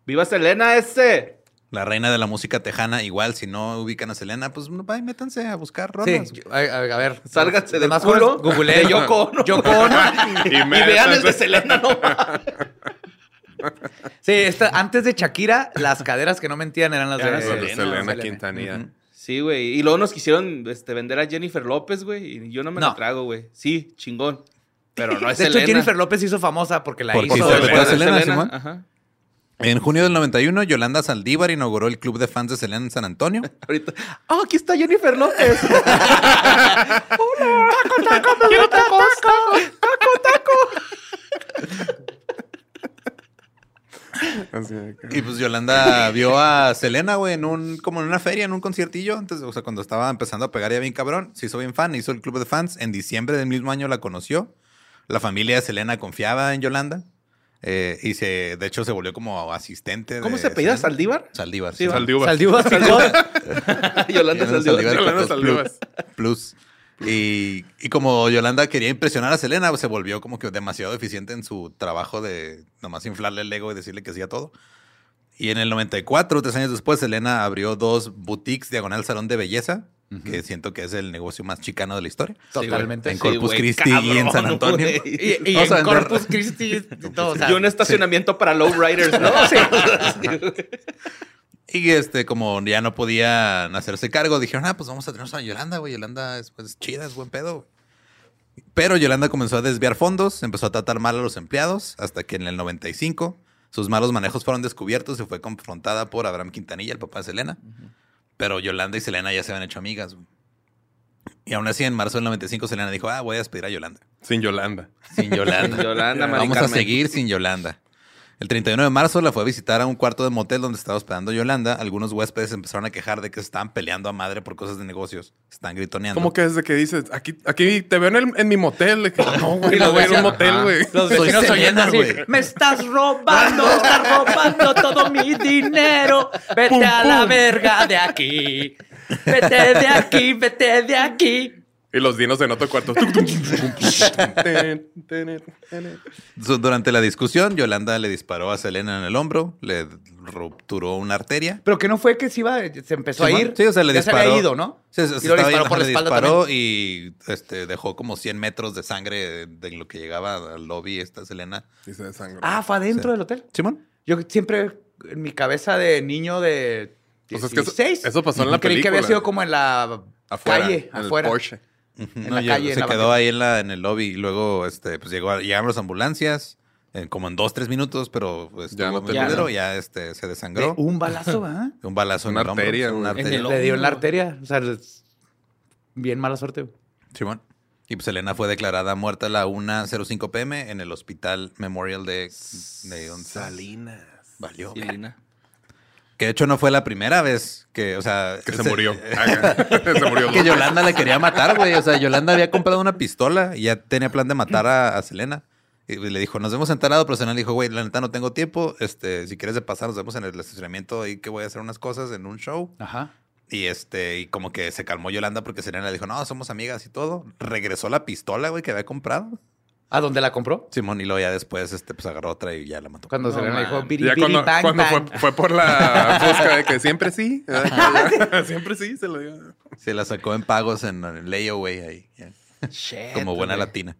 D: ¡Viva Selena ese!
E: La reina de la música tejana, igual, si no ubican a Selena, pues no, vayan, métanse a buscar rolas.
C: Sí, yo- a, a- a ver.
D: Sálganse del
C: Además,
D: culo.
C: jóvenes, Googleé
D: De Yoko
C: Yoko
D: Ono.
C: Yoko Ono.
G: Y,
D: Y vean el de Selena, no
C: Sí, esta- antes de Shakira, las caderas que no mentían eran las
D: Eran
C: de
D: las de
G: Selena,
D: Selena.
G: Quintanilla.
E: Ujú.
D: Sí, güey. Y luego nos quisieron este, vender a Jennifer López, güey. Y yo no me
C: No.
D: lo trago, güey. Sí, chingón. Pero no es
C: De hecho,
D: Selena.
C: Jennifer López hizo famosa porque la
E: Porque
C: hizo.
E: hizo
C: de-
E: la
D: Después de
E: Selena, Simón.
D: Ajá.
E: En junio del 91, Yolanda Saldívar inauguró el club de fans de Selena en San Antonio.
D: Ahorita. ¡Ah, aquí está Jennifer López!
G: Así de que-
E: Y pues Yolanda vio a Selena, güey, en un, como en una feria, en un conciertillo. Antes, o sea, cuando estaba empezando a pegar ya bien cabrón, se hizo bien fan, hizo el club de fans. En diciembre del mismo año la conoció. La familia de Selena confiaba en Yolanda. eh, y se, de hecho, se volvió como asistente. de
D: ¿Cómo se apellida?
E: Selena.
D: ¿Saldívar?
E: Saldívar.
D: Sí,
E: sí.
D: va.
G: Saldívar.
C: Saldívar.
D: Yolanda Saldívar.
E: Yolanda Saldívar
G: Yolanda
E: Cortés
G: Saldívar.
E: Plus. plus. Y, y como Yolanda quería impresionar a Selena, pues, se volvió como que demasiado eficiente en su trabajo de nomás inflarle el ego y decirle que sí a todo. Y en el 94, tres años después, Selena abrió dos boutiques diagonal salón de belleza que siento que es el negocio más chicano de la historia.
C: Totalmente.
E: En
C: Sí,
E: Corpus
D: güey,
E: Christi y en
D: cabrón,
E: San Antonio.
D: güey.
C: Y, y
E: Vamos a
C: en
E: vender-
C: Corpus Christi y todo. o sea,
D: Y un estacionamiento para lowriders, ¿no? Sí,
E: Y este, como ya no podían hacerse cargo, dijeron, ah, pues vamos a tener a Yolanda, güey. Yolanda es pues, chida, es buen pedo. güey". Pero Yolanda comenzó a desviar fondos, empezó a tratar mal a los empleados, hasta que en el 95 sus malos manejos fueron descubiertos y fue confrontada por Abraham Quintanilla, el papá de Selena. Pero Yolanda y Selena ya se habían hecho amigas. güey. Y aún así, en marzo del 95, Selena dijo, ah, voy a despedir a Yolanda.
G: Sin Yolanda.
E: Sin Yolanda.
D: Sin Yolanda, Mari
E: Vamos a
D: Carmen.
E: seguir sin Yolanda. El 31 de marzo la fue a visitar a un cuarto de motel donde estaba hospedando Yolanda. Algunos huéspedes empezaron a quejar de que se estaban peleando a madre por cosas de negocios. Se Están gritoneando.
G: Como que desde que dices, aquí, aquí te veo en, el- en mi motel. Le dije, no, güey, no voy a ir a un motel, güey. Pues
C: Los
E: Soy
C: vecinos oyendo
E: Selena,
C: así,
E: güey.
C: me estás robando, estás robando todo mi dinero. Vete a la verga de aquí. Vete de aquí, vete de aquí.
G: Y los dinos en otro cuarto.
E: Su- Durante la discusión, Yolanda le disparó a Selena en el hombro, le rupturó una arteria.
C: Pero que no fue que se iba, se empezó a
E: Simón.
C: ir.
E: Sí, o sea, le
C: ya
E: disparó.
C: Se había ido, ¿no?
E: Sí, se- se
C: y lo
E: estaba
C: disparó
E: yendo,
C: por la
E: le
C: espalda.
E: disparó
C: también.
E: y este, dejó como 100 metros de sangre de lo que llegaba al lobby esta Selena.
G: Y se desangró.
C: Ah, fue adentro
E: Sí.
C: del hotel.
E: Simón.
C: Yo siempre, en mi cabeza de niño de
G: O sea, es que eso-
C: 16,
G: eso pasó en la
C: creí que había
G: película.
C: sido como en la
G: afuera.
C: calle,
G: en el
C: afuera.
G: Porsche.
E: Ujú,
C: en
E: no,
C: la
E: lle-
C: calle, en
E: se
C: la
E: quedó
C: banqueta.
E: ahí en, la, en el lobby y luego este, pues llegó, a- llegaron las ambulancias eh, como en dos, tres minutos, pero pues,
G: Ya
E: estuvo
G: no
E: muy
C: terminó.
E: culero, ya este, se
C: De
E: desangró.
C: un balazo, ¿ah?
E: Un balazo
G: Una
E: en el hombro,
G: arteria,
E: sí, una
G: güey.
E: arteria.
C: Le dio en la arteria. O sea, es- bien mala suerte. güey.
E: Simón. Y pues Elena fue declarada muerta a la 1.05 pm en el Hospital Memorial de, de Onza.
G: Salinas.
E: Valió.
D: Lina.
E: Que de hecho no fue la primera vez que, o sea...
G: Que se
E: ese-
G: murió. Ajá. se murió.
E: Que Yolanda le quería matar, güey. O sea, Yolanda había comprado una pistola y ya tenía plan de matar a, a Selena. Y le dijo, nos vemos en tal lado", pero Selena le dijo, güey, la neta no tengo tiempo. Este, si quieres de pasar, nos vemos en el estacionamiento ahí que voy a hacer unas cosas en un show.
C: Ajá.
E: Y este, y como que se calmó Yolanda porque Selena le dijo, no, somos amigas y todo. Regresó la pistola, güey, que había comprado.
C: ¿A Ah, dónde la compró?
E: Simón y luego ya después, este, pues agarró otra y ya la mató.
C: Cuando
D: No,
C: se le
D: man.
C: dijo biri,
G: Ya
C: biri,
G: cuando,
C: bang,
G: cuando
C: bang.
G: Fue, fue por la busca de que siempre Ah, sí. siempre sí, se lo digo.
E: Se la sacó en pagos en, en layaway ahí. ya.
C: Shit,
E: Como buena
C: güey.
E: latina.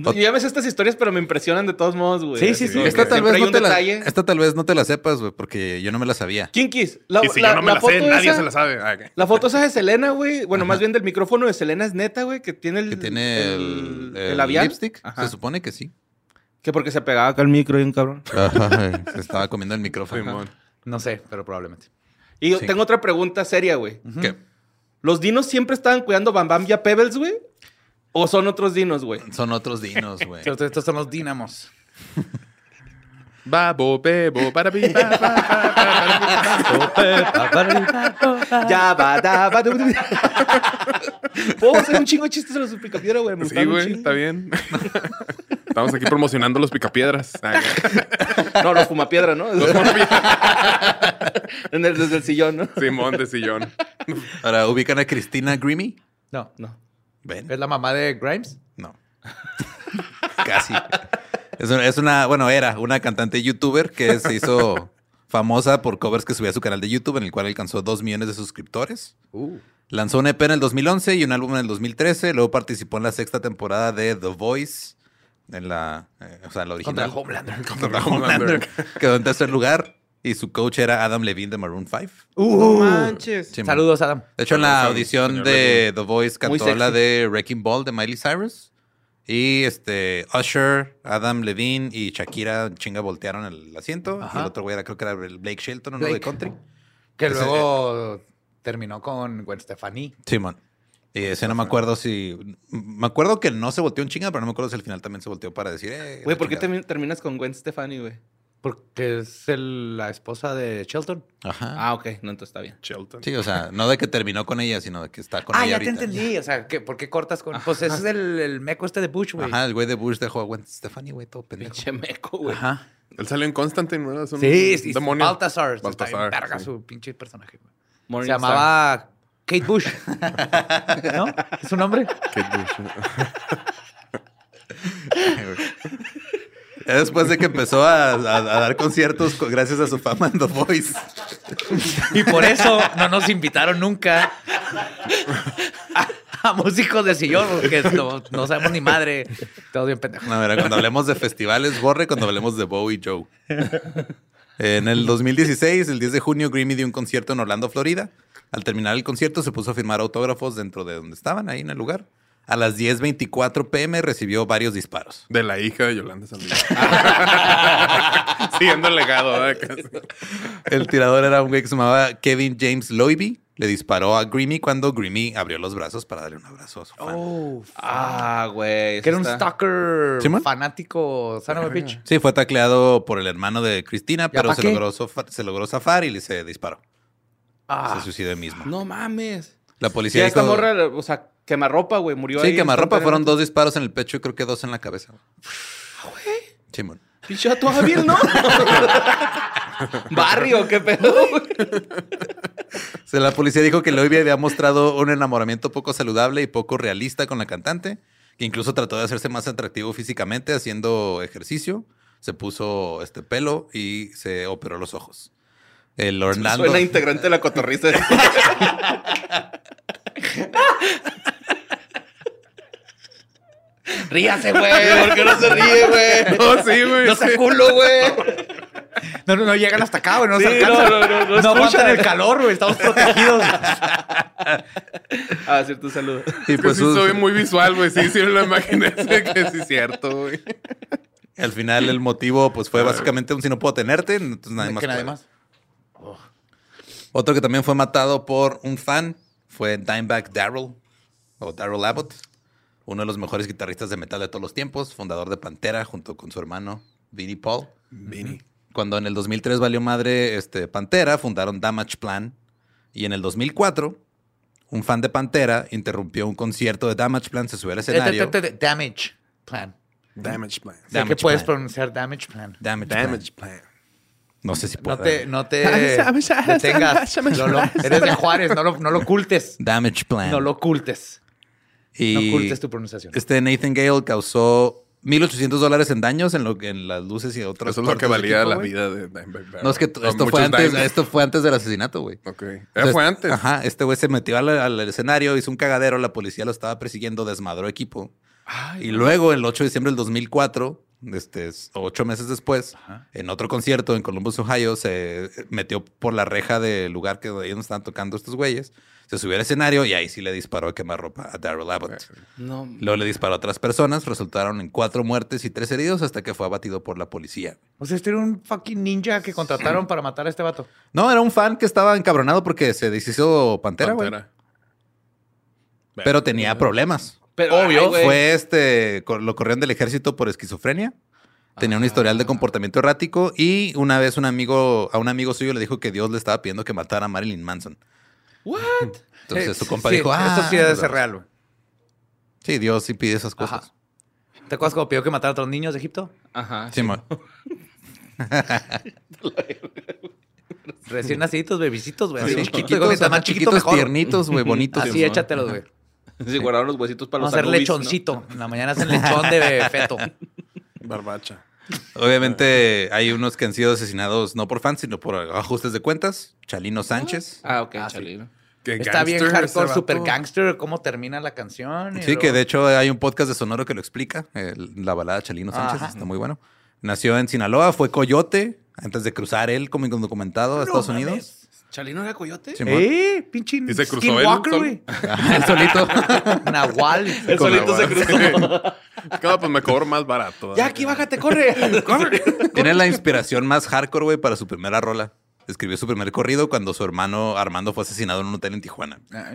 D: Yo ya me sé estas historias, pero me impresionan de todos modos, güey.
C: Sí, sí,
D: Así
C: sí.
D: como
E: Esta
D: que
E: tal,
D: siempre
E: vez
D: hay
E: no
D: un
E: te la,
D: detalle.
E: esta tal vez no te la sepas, güey, porque yo no me la sabía.
D: Kinkis, la,
G: Y si
D: la-
G: yo no me la, sé,
D: foto
G: nadie
D: esa-
G: se la sabe. Ah, ok.
D: La foto esa de Selena, güey. Bueno, más bien del micrófono de Selena es neta, güey, que tiene el.
E: Que tiene el,
D: el,
E: el
D: labial.
E: lipstick.
D: Ajá.
E: Se supone que sí.
D: Que porque se pegaba acá el micro y un cabrón.
E: se estaba comiendo el micrófono.
G: Simón.
C: No sé, pero probablemente.
D: Y yo
E: Sí.
D: tengo otra pregunta seria, güey.
E: ¿Qué?
D: ¿Los dinos siempre estaban cuidando Bam Bam y a Pebbles, güey? ¿O son otros dinos, güey?
E: Son otros dinos, güey.
C: Cierto, Estos son los dínamos.
G: Babo, bebo, para pi, pa, pa, pa, para pi.
C: Ah,
D: Ya va, da, va, du, du. Puedo hacer un chingo de chistes a los picapiedra, güey. Me
G: Sí,
D: gustaron un
G: güey,
D: chingo.
G: está bien. Estamos aquí promocionando los picapiedras. Ah, ok.
D: No, los fumapiedra, ¿no? En el- desde el sillón, ¿no?
G: Simón de sillón.
E: Ahora, ¿ubican a Cristina Grimmie?
C: No,
D: No.
E: Ven.
C: es la mamá de Grimes.
E: No. Casi. Es una, es una- bueno, era una cantante youtuber que se hizo famosa por covers que subía a su canal de YouTube, en el cual alcanzó 2 millones de suscriptores. Lanzó un EP en el 2011 y un álbum en el 2013. Luego participó en la sexta temporada de The Voice. En la, eh, o sea, en la
C: Contra
E: original.
C: Homelander.
E: Contra Homelander. Quedó en tercer lugar y su coach era Adam Levine de Maroon 5.
D: No manches.
E: Sí, man.
C: Saludos, Adam.
E: De hecho, en la
G: Saludos,
E: audición
G: señor
E: de The Voice
D: Muy
E: cantó
D: sexy.
E: la de Wrecking Ball de Miley Cyrus. Y este Usher, Adam Levine y Shakira chinga voltearon el asiento.
C: Ajá.
E: Y el otro güey era, creo que era el Blake Shelton, uno de
C: Blake.
E: country.
C: Que
E: Ese-
C: luego terminó con Gwen Stefani.
E: Simón. Y ese no me acuerdo si. Me acuerdo que no se volteó un chinga, pero no me acuerdo si al final también se volteó para decir. Eh,
D: Güey,
E: la
D: ¿por qué
E: chingada.
D: termi- terminas con Gwen Stefani, güey?
C: Porque es el- la esposa de Shelton.
E: Ajá.
D: Ah, ok. No, entonces está bien.
G: Shelton.
E: Sí, o sea, no de que terminó con ella, sino de que está
D: Ah,
C: Ah,
E: con ella ahorita.
C: O sea, ¿qué- ¿por qué cortas con...? Pues ese es el, el meco este de Bush, güey.
E: Ajá, el güey de Bush dejó a Gwen Stefani, güey, todo pendejo.
D: Pinche meco, güey.
C: Ajá.
G: Él salió en Constantine, ¿no? Es un
C: Sí, sí.
G: demonio.
C: Baltasar. está bien
G: Baltasar,
C: verga
G: sí.
C: su pinche personaje. güey. Se
D: Morningstar.
C: llamaba Kate Bush. ¿No? ¿Es su nombre?
G: Kate Bush.
E: Ya Después de que empezó a, a- a dar conciertos co- gracias a su fama en The Voice.
C: Y por eso no nos invitaron nunca a, a músicos de sillón, porque no, no sabemos ni madre. Todo bien pendejo.
E: No, mira, cuando hablemos de festivales, borre cuando hablemos de Bowie Joe. En el 2016, el 10 de junio, Grimmy dio un concierto en Orlando, Florida. Al terminar el concierto, se puso a firmar autógrafos dentro de donde estaban, ahí en el lugar. A las 10.24 pm recibió varios disparos.
G: De la hija de Yolanda Saldívar. Siguiendo el legado. ¿verdad?
E: El tirador era un güey que se llamaba Kevin James Loiby. Le disparó a Grimmy cuando Grimmy abrió los brazos para darle un abrazo a su fan.
D: Ah, güey.
C: Que era un
D: eso está-
C: stalker
E: ¿Simón?
C: fanático, son of a bitch.
E: Sí, fue tacleado por el hermano de Cristina, pero
C: pa'
E: se
C: qué?
E: logró, zafa- se logró zafar y le se disparó.
D: Ah,
E: Se suicidó él mismo.
D: no mames.
E: La
D: Sí,
E: policía
D: esta
E: hizo-
D: morra, o sea, quemarropa, güey. Murió ahí
E: Sí, quemarropa. Fueron
D: instantáneamente.
E: dos disparos en el pecho y creo que dos en la cabeza.
D: Ah,
E: Simón.
D: Pinche vato hábil, ¿no? Barrio, qué pedo, güey.
E: O sea, la policía dijo que Loewy había mostrado un enamoramiento poco saludable y poco realista con la cantante, que incluso trató de hacerse más atractivo físicamente haciendo ejercicio. Se puso este pelo y se operó los ojos. El Orlando.
D: Suena integrante de la cotorriza.
C: Ríase, güey. ¿Por qué no se ríe, güey?
G: No, sí, güey.
C: No
G: sí.
C: se culo, güey. No, no, no llegan hasta acá, güey. No se
D: Sí, no,
C: alcanzan.
D: no, no, no
C: aguantan
D: escuchan.
C: el calor, güey. Estamos protegidos.
D: A decir tu saludo.
E: Y
G: Es que
E: pues
G: sí
E: sus-
G: soy muy visual, güey. Sí, sí, me lo imaginé. sí, que sí es cierto, güey.
E: al final el motivo pues fue básicamente un si no puedo tenerte, entonces nadie más.
C: Que nadie
E: puede. Oh.
C: más.
E: Otro que también fue matado por un fan fue Dimebag Darrell o Darrell Abbott, uno de los mejores guitarristas de metal de todos los tiempos, fundador de Pantera junto con su hermano Vinnie Paul. Cuando en el 2003 valió madre este, Pantera, fundaron Damage Plan y en el 2004 un fan de Pantera interrumpió un concierto de Damage Plan, se subió al escenario.
C: Este, Te- te- te- te- Damage plan.
G: Damage plan.
C: Sé que
E: Damage
C: puedes
E: plan.
C: pronunciar damage plan.
E: Damage,
G: Damage
E: Plan.
G: plan.
E: No sé si puedo.
C: No te, no te
G: Damage, damage,
C: detengas.
G: damage,
C: Lolo.
G: damage.
C: Eres de Juárez, no lo, no lo ocultes.
E: Damage Plan.
C: No lo ocultes.
E: y...
C: No ocultes tu pronunciación.
E: Este Nathan Gale causó 1.800 dólares en daños en, lo, que- en las luces y otras
G: Eso es lo que
E: partes del
G: valía
E: equipo,
G: la
E: güey.
G: vida de Dimebag Darrell.
E: No, es que t-
G: Con
E: esto fue,
G: muchos
E: antes,
G: dimes.
E: esto fue antes del asesinato, güey.
G: Ok. Eh,
E: Entonces,
G: fue antes.
E: Ajá, este güey se metió al, al escenario, hizo un cagadero, la policía lo estaba persiguiendo, desmadró equipo. y luego, el 8 de diciembre del 2004, este, es- ocho meses después, en otro concierto en Columbus, Ohio, se metió por la reja del lugar que ahí donde estaban tocando estos güeyes, se subió al escenario y ahí sí le disparó a quemarropa a Daryl
G: Eh. pues,
E: Abbott.
D: No.
E: Luego le disparó a otras personas, resultaron en cuatro muertes y tres heridos hasta que fue abatido por la policía.
C: O sea, este era un fucking ninja que contrataron para matar a este vato.
E: No, era un fan que estaba encabronado porque se deshizo Pantera, güey.
G: Pantera.
E: Pero tenía problemas.
D: Pero,
E: Obvio,
D: ay, güey.
E: fue este, cor- lo corrieron del ejército por esquizofrenia. Tenía
C: Ah.
E: un historial de comportamiento errático y una vez un amigo, a un amigo suyo le dijo que Dios le estaba pidiendo que matara a Marilyn Manson.
D: What?
E: Entonces
C: Eh,
E: su compa
C: sí,
E: dijo, ah,
C: Esto sí debe ser
E: ¿verdad?
C: real, güey.
E: Sí, Dios sí pide esas cosas.
C: Ajá. ¿Te acuerdas cuando pidió que matara a otros niños de Egipto?
D: Ajá.
E: Sí, mo-
C: Recién naciditos, bebisitos, güey.
E: así,
C: Así
E: chiquitos,
C: chiquitos,
E: ajá,
C: más chiquito
E: chiquitos,
C: mejor.
E: tiernitos, güey, bonitos.
C: Así
E: Sí, mo-
C: échatelos, güey.
D: Sí, guardaron los huesitos para
C: Vamos a
D: los
C: hacer
D: Anubis, ¿no?
C: lechoncito. En la mañana hacen lechón de feto.
G: Barbacha.
E: Obviamente hay unos que han sido asesinados no por fans, sino por ajustes de cuentas. Chalino Sánchez.
D: Ah, ok,
C: Ah, sí.
D: Charlie. ¿no?
G: Qué
C: Está bien
G: gangster ese
C: hardcore,
G: vato.
C: super gangster, cómo termina la canción. y
E: Sí, que
C: luego-
E: de hecho hay un podcast de Sonoro que lo explica, el- la balada Chalino Sánchez,
C: Ajá.
E: está muy bueno. Nació en Sinaloa, fue coyote antes de cruzar él como indocumentado a Estados Unidos.
D: ¿Chalino era coyote?
E: Simón.
C: ¡Eh! Pinche
G: ¿Y se cruzó
C: Skinwalker,
G: él
C: güey.
E: Ajá, él solito.
C: Nahual.
D: Él
G: Con
D: solito se
G: agua.
D: cruzó.
G: Sí. No, pues me cobro más barato.
C: Ya, aquí, bájate, corre. corre.
E: Tiene la inspiración más hardcore, güey, para su primera rola. Escribió su primer corrido cuando su hermano Armando fue asesinado en un hotel en Tijuana.
C: Ah.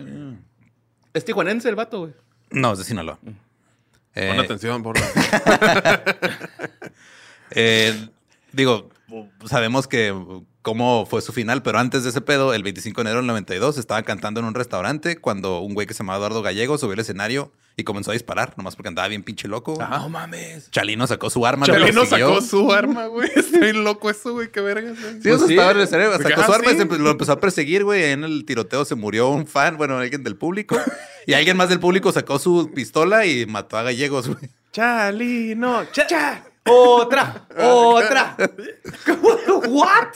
D: Es tijuanense el vato, güey.
E: No, es de Sinaloa. Eh,
G: Pon atención, por
E: Eh, digo, sabemos que cómo fue su final, pero antes de ese pedo, el 25 de enero del 92, estaba cantando en un restaurante cuando un güey que se llamaba Eduardo Gallego subió al escenario y comenzó a disparar, nomás porque andaba bien pinche loco.
D: No mames.
E: Chalino sacó su arma. lo
G: Chalino
E: siguió.
G: sacó su arma, güey. Estoy loco eso, güey. Qué vergas, güey.
E: Sí, o sea,
D: Pues sí.
E: estaba en el escenario, sacó
G: Ajá,
E: su arma y
G: ah, sí.
E: se empe- lo empezó a perseguir, güey. Ahí En el tiroteo se murió un fan, bueno, alguien del público. Y alguien más del público sacó su pistola y mató a Gallegos, güey.
G: Chalino. Cha. Ah,
C: Otra, otra. ¿What?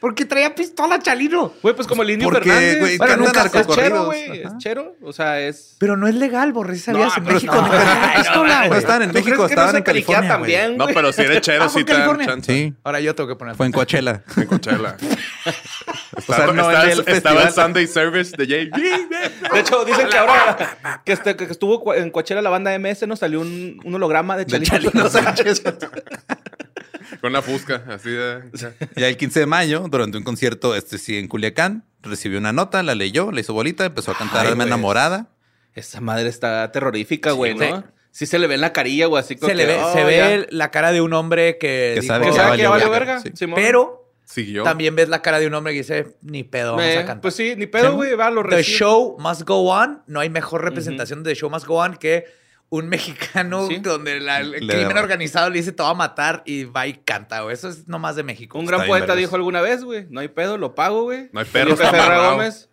C: ¿Por qué traía pistola Chalino?
D: Güey, pues como el indio
E: Porque,
D: Fernández.
E: güey,
D: pero
E: canta
D: nunca es chero,
E: narcocorridos.
D: güey. Es
E: Ajá.
D: chero. O sea, es.
C: Pero no es legal, Borré, sabías en
D: pero
C: México.
D: no.
C: No, tenían pistola,
E: No
C: güey.
E: estaban en
D: ¿Tú crees
E: México,
D: que no
E: estaban
D: se
E: en
D: caliquea
E: California. güey.
D: también,
G: No,
D: güey?
G: pero si eres
C: Ah,
G: chero,
C: fue
G: sí
C: en
G: te dan
C: California.
G: chance.
E: Sí,
C: Ahora yo tengo que poner.
E: fue en Coachella.
G: En Coachella.
E: sea,
G: Estaba,
E: no
G: estaba-
E: en el
G: estaba el
E: festival.
G: Sunday Service de JB.
D: De hecho, dicen que ahora que, este- que estuvo cua- en Coachella la banda MS, nos salió un, un holograma de
E: De
D: Chalino.
E: Chalino Sánchez.
G: Con la fusca, así de.
E: Y el 15 de mayo, durante un concierto, este sí, en Culiacán, recibió una nota, la leyó, la hizo bolita, empezó a cantar
C: Ay,
E: Alma
C: güey.
E: Enamorada.
D: Esa madre está terrorífica, güey,
C: güey.
D: ¿no? Sí se le ve en la carilla, güey, así como
C: Se le
D: que,
C: ve,
D: oh,
C: se
D: ya.
C: ve la cara de un hombre que.
E: Que
C: dijo-
E: sabe
D: Que
E: Ya
D: sabe que
E: valió
D: ya valió
E: verga,
D: verga.
E: sí.
D: Simón.
C: Pero
G: Siguió.
C: también ves la cara de un hombre que dice, ni pedo, vamos
D: Eh,
C: a cantar.
D: pues sí, ni pedo, güey, va, lo
C: The
D: recibe.
C: Show Must Go On. No hay mejor representación de The Show Must Go On que un mexicano
D: Sí.
C: donde la- el
E: Le
C: crimen
E: da-
C: organizado le dice te va a matar y va y canta. güey. Eso es nomás de México.
D: Un gran
E: Está bien
D: poeta
E: vergas.
D: dijo alguna vez, güey, no hay pedo, lo pago, güey.
G: No hay perro, está
D: Ferrer
G: amarrado.
D: Gómez.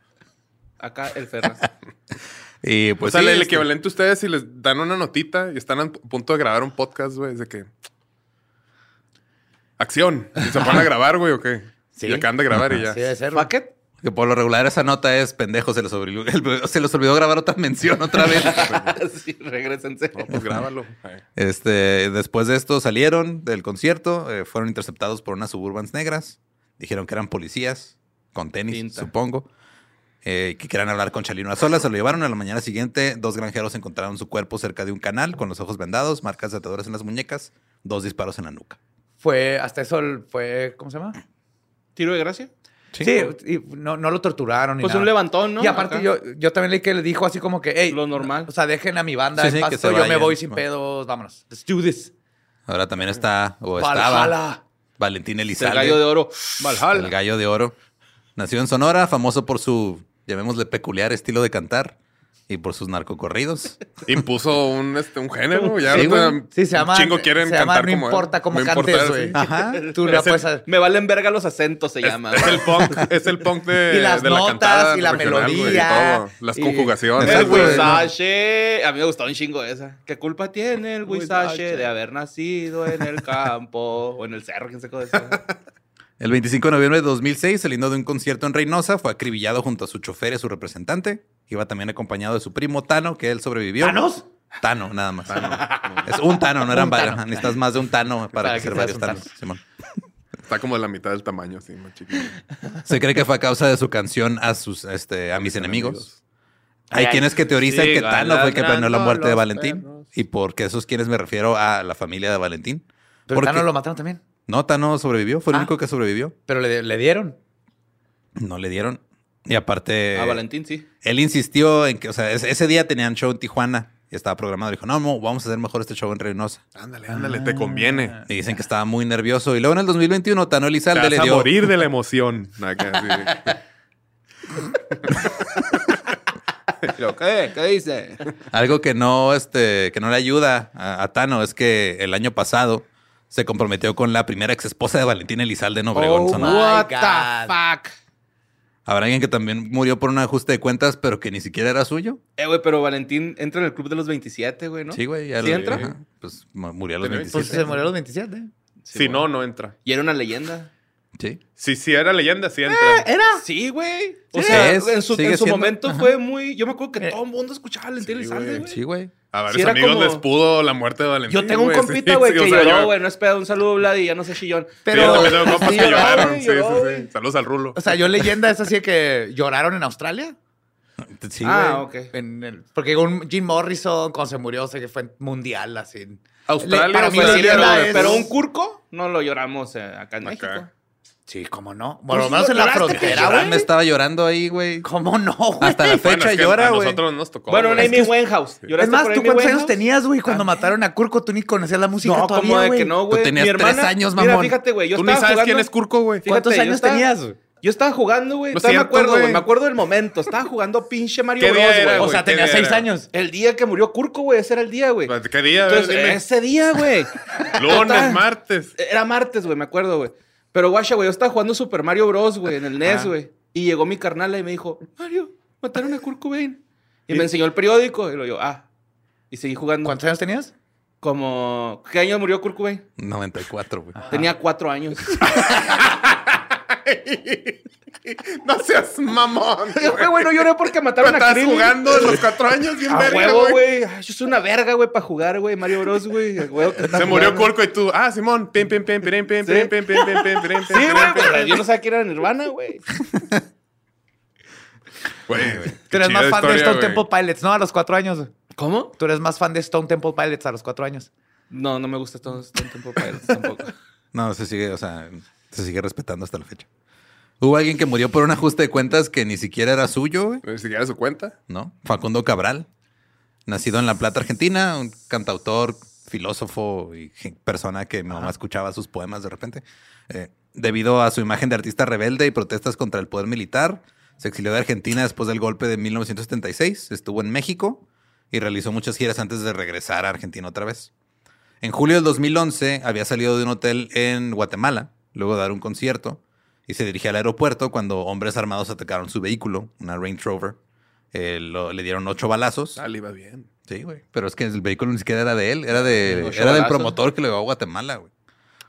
D: Acá el Ferraz.
E: Y pues.
G: o sea,
E: sí,
G: el
E: este,
G: equivalente a ustedes si les dan una notita y están a punto de grabar un podcast, güey, es de que. Acción. ¿Y se van a grabar, güey, o qué?
C: Sí.
G: Y acaban de grabar y ya.
C: Así debe ser. güey.
D: ¿Bucket?
E: Que por lo regular esa nota es pendejo, se les olvidó, se les olvidó grabar otra mención otra vez.
D: sí, regresense.
G: No, pues grábalo. Ay.
E: Este, después de esto salieron del concierto, eh, fueron interceptados por unas suburbans negras. Dijeron que eran policías, con tenis,
D: Tinta.
E: supongo. eh, que querían hablar con Chalino a solas. Se lo llevaron a la mañana siguiente. Dos granjeros encontraron su cuerpo cerca de un canal, con los ojos vendados, marcas de ataduras en las muñecas, dos disparos en la nuca.
C: Fue, hasta eso el- fue, ¿cómo se llama?
D: Tiro de gracia.
C: Sí, y no, no lo torturaron. ni
D: Pues
C: nada.
D: un levantón, ¿no?
C: Y aparte,
D: Acá.
C: yo, yo también leí que le dijo así como que, hey,
D: Lo normal.
C: O sea, dejen a mi banda
E: Sí,
C: en
E: sí,
C: paz,
E: que se
C: yo me
E: vayan.
C: voy sin
E: Ah.
C: pedos, vámonos. Let's do this.
E: Ahora también está, o Pues estaba,
C: Valhalla.
E: Valentín
D: El
E: Elizalde.
D: gallo de oro.
E: El gallo de oro. Nació en Sonora, famoso por su, llamémosle, peculiar estilo de cantar y por sus narcocorridos.
G: Impuso un, este, un género. Ya
E: Sí,
G: ahorita
E: güey.
C: Sí, se llama.
G: Chingo quieren
C: se llama
G: cantar
C: No
G: como él.
C: importa cómo
G: No importa,
C: cantes,
G: sí.
C: güey.
E: Ajá.
C: Tú la puedes hacer.
D: Me valen verga los acentos, se llama.
G: Es el punk, es el punk de,
C: Y las
G: de
C: notas,
G: la cantada
C: y la
G: regional, güey,
C: melodía,
G: todo. Las
C: y-
G: conjugaciones.
D: El
E: Exacto, güey,
G: güey.
E: no.
D: Huizache. A mí me gustaba un chingo esa. ¿Qué culpa tiene el Huizache
G: Huizache.
D: de haber nacido en el campo o en el cerro? ¿Quién se conoce?
E: El 25 de noviembre de 2006, saliendo de un concierto en Reynosa, fue acribillado junto a su chofer y su representante. Iba también acompañado de su primo Tano, que él sobrevivió.
C: ¿Thanos?
E: Tano, nada más. Es un Tano, no eran varios. Ajá, Necesitas más de un Tano
C: Para
E: para,
C: que
E: que ser
C: seas
E: varios
C: un
E: Tanos.
C: Thanos.
E: Simón.
G: Está como de la mitad del tamaño, así, más chiquito.
E: Se cree que fue a causa de su canción a sus, este, a mis enemigos. Hay
D: Ay,
E: quienes que teorizan que
D: sigan
E: Tano fue el que planeó la
D: ladrando
E: muerte de
D: los
E: Valentín.
D: perros.
E: Y porque esos quienes me refiero a la familia de Valentín.
C: Pero
E: Porque-
C: Thanos lo mataron también.
E: No, Tano sobrevivió. Fue el
C: Ah.
E: único que sobrevivió.
C: Pero le, le dieron.
E: No le dieron. Y aparte.
D: A Ah, Valentín, sí.
E: Él insistió en que, o sea, ese, ese día tenían show en Tijuana y estaba programado. Dijo, no, no, vamos a hacer mejor este show en Reynosa.
G: Ándale, ándale, te conviene.
E: Y dicen que estaba muy nervioso. Y luego en el 2021, Tano
G: Ah, Te
E: Elizalde
G: vas
E: le
G: a
E: dio.
G: morir de la emoción. Acá, así.
D: ¿Qué? ¿Qué dice?
E: Algo que no, este, que no le ayuda a, a Tano es que el año pasado se comprometió con la primera ex esposa de Valentín Elizalde en Obregón.
C: Oh,
E: Sonora.
C: my
D: What
C: God.
D: the fuck?
E: Habrá alguien que también murió por un ajuste de cuentas, pero que ni siquiera era suyo.
D: Eh, güey, pero Valentín entra en el club de los 27, güey, ¿no?
E: Sí, güey. ya
D: ¿Sí
E: lo-
D: entra?
E: ajá, Pues mu- murió a los
G: Tenía
C: Pues
E: 27.
C: se murió a los 27.
D: Sí,
G: si
D: güey.
G: no, no entra.
D: Y era una leyenda.
E: Sí.
G: Si, si era leyenda, sí
D: Ah,
G: entra.
D: eh, Sí, güey. O
E: Sí.
D: sea,
E: Es,
D: en su,
E: sigue
D: en su
E: siendo.
D: momento
E: Ajá. Eh,
D: fue muy. Yo me acuerdo que todo el mundo escuchaba a Valentín
G: Sí,
D: Elizalde,
G: güey.
D: güey.
E: Sí, güey.
G: A varios
D: Sí, era
G: amigos
D: como-
G: les pudo la muerte de Valentín.
D: Yo tengo un
G: güey, sí,
D: compita, güey,
G: sí,
D: que
G: o sea,
D: lloró,
G: yo-
D: güey. No es pedo. Un saludo, Vlad, y ya no sé chillón.
G: Pero
C: Pero-
G: yo también tengo compas
C: Sí,
G: que
C: lloró,
G: lloraron.
D: güey,
G: Sí,
D: lloró,
G: sí, sí.
D: güey.
G: Saludos al Rulo.
C: O sea, yo leyenda es así de que lloraron en Australia.
E: Sí,
D: ah,
E: güey.
D: ok.
C: En el- porque un Jim Morrison cuando se murió, sé que fue mundial así.
G: Australia,
C: Le- para mí
D: Pero,
G: Australia,
C: la leyenda
D: pero-
C: es-
D: pero un curco no lo lloramos eh, acá en
G: Acá.
D: México.
C: Sí, cómo no.
D: Pues,
C: Bueno, al menos en la
D: ¿lloraste que
C: frontera,
E: Llorando,
C: güey.
E: estaba llorando ahí, güey.
C: ¿Cómo no, güey?
E: Hasta la
G: Bueno,
E: fecha
G: es que
E: llora,
G: a
E: güey.
G: nosotros no nos tocó.
D: Bueno,
G: güey.
D: Amy Winehouse.
C: Es
D: ¿Lloraste
C: más,
D: por
C: ¿tú
D: Amy
C: cuántos años
D: Winehouse?
C: tenías, güey? Cuando mataron a Curco, tú ni conocías la música
D: No,
C: todavía,
D: como de
C: güey.
D: que no, güey.
E: tenías
D: Mi
E: tres
D: hermana-
E: años,
D: Mira,
E: mamón.
D: fíjate, güey. Yo
G: Tú ni
D: estaba
G: sabes
D: jugando-
G: quién es Curco, güey.
D: Fíjate,
C: ¿Cuántos
D: yo
C: años
D: estaba-
C: tenías, güey?
D: Yo estaba jugando, güey.
G: No es
D: todavía me
G: cierto,
D: acuerdo, güey.
G: güey.
D: Me acuerdo del momento. Estaba jugando pinche Mario
G: ¿Qué
D: Bros,
G: día era,
D: güey.
C: O
D: O sea,
C: sea,
G: ¿qué
C: tenía
G: día
C: seis
G: era?
C: años.
D: el día que murió Curco, güey, ese era el día, güey.
G: ¿Qué día? A ver,
D: Entonces,
G: Pues,
D: eh,
G: dime.
D: ese día, güey.
G: Lunes,
D: Total.
G: martes.
D: Era martes, güey, me acuerdo, güey. Pero guacha, güey, yo estaba jugando Super Mario Bros, güey, en el NES,
G: Ajá.
D: güey. Y llegó mi carnala y me dijo, Mario, mataron a Kurt Cobain. Y me enseñó el periódico. Y lo yo, ah. Y seguí jugando.
C: ¿Cuántos años tenías?
D: Como. ¿Qué año murió Kurt Cobain?
E: 94, güey.
G: Ah.
D: Tenía cuatro años.
G: No seas mamón.
D: Güey, güey, no lloré porque
G: Pero
D: mataron a
G: Estás
D: Krillin.
G: jugando en los cuatro años bien
D: A
G: verga,
D: huevo,
G: güey.
D: güey. Ay, Yo soy una verga, güey, para jugar, güey. Mario Bros, güey. A huevo que está
G: Se murió
D: jugando.
G: Corco y tú. Ah, Simón. Pim, pim, pim, pim, pim,
D: Sí.
G: pim, pim, pim, pim, pim, pim,
D: Sí, güey. pero Yo
G: pim,
D: no sabía que era Nirvana, güey.
G: Güey, güey.
C: Tú eres
G: Qué
C: más fan
G: chida
C: de
G: historia,
C: Stone
G: güey.
C: Temple Pilots, ¿no? A los cuatro años.
D: ¿Cómo?
C: Tú eres más fan de Stone Temple Pilots a los cuatro años.
D: No, no me gusta todo este tiempo para él tampoco.
E: No, se sigue, o sea, se sigue respetando hasta la fecha. Hubo alguien que murió por un ajuste de cuentas que ni siquiera era suyo, güey.
G: Ni siquiera su cuenta.
E: ¿no? Facundo Cabral, nacido en La Plata, Argentina, un cantautor, filósofo y gen- persona que mi mamá escuchaba sus poemas de repente. Eh, debido a su imagen de artista rebelde y protestas contra el poder militar, se exilió de Argentina después del golpe de 1976, estuvo en México y realizó muchas giras antes de regresar a Argentina otra vez. En julio del 2011 había salido de un hotel en Guatemala, luego de dar un concierto, y se dirigía al aeropuerto cuando hombres armados atacaron su vehículo, una Range Rover. Eh, lo- le dieron ocho balazos.
G: Ah, le iba bien.
E: Sí, güey. Pero es que el vehículo ni siquiera era de él, era, de,
D: Ocho
E: era del
D: balazos.
E: promotor que le llevó a Guatemala, güey.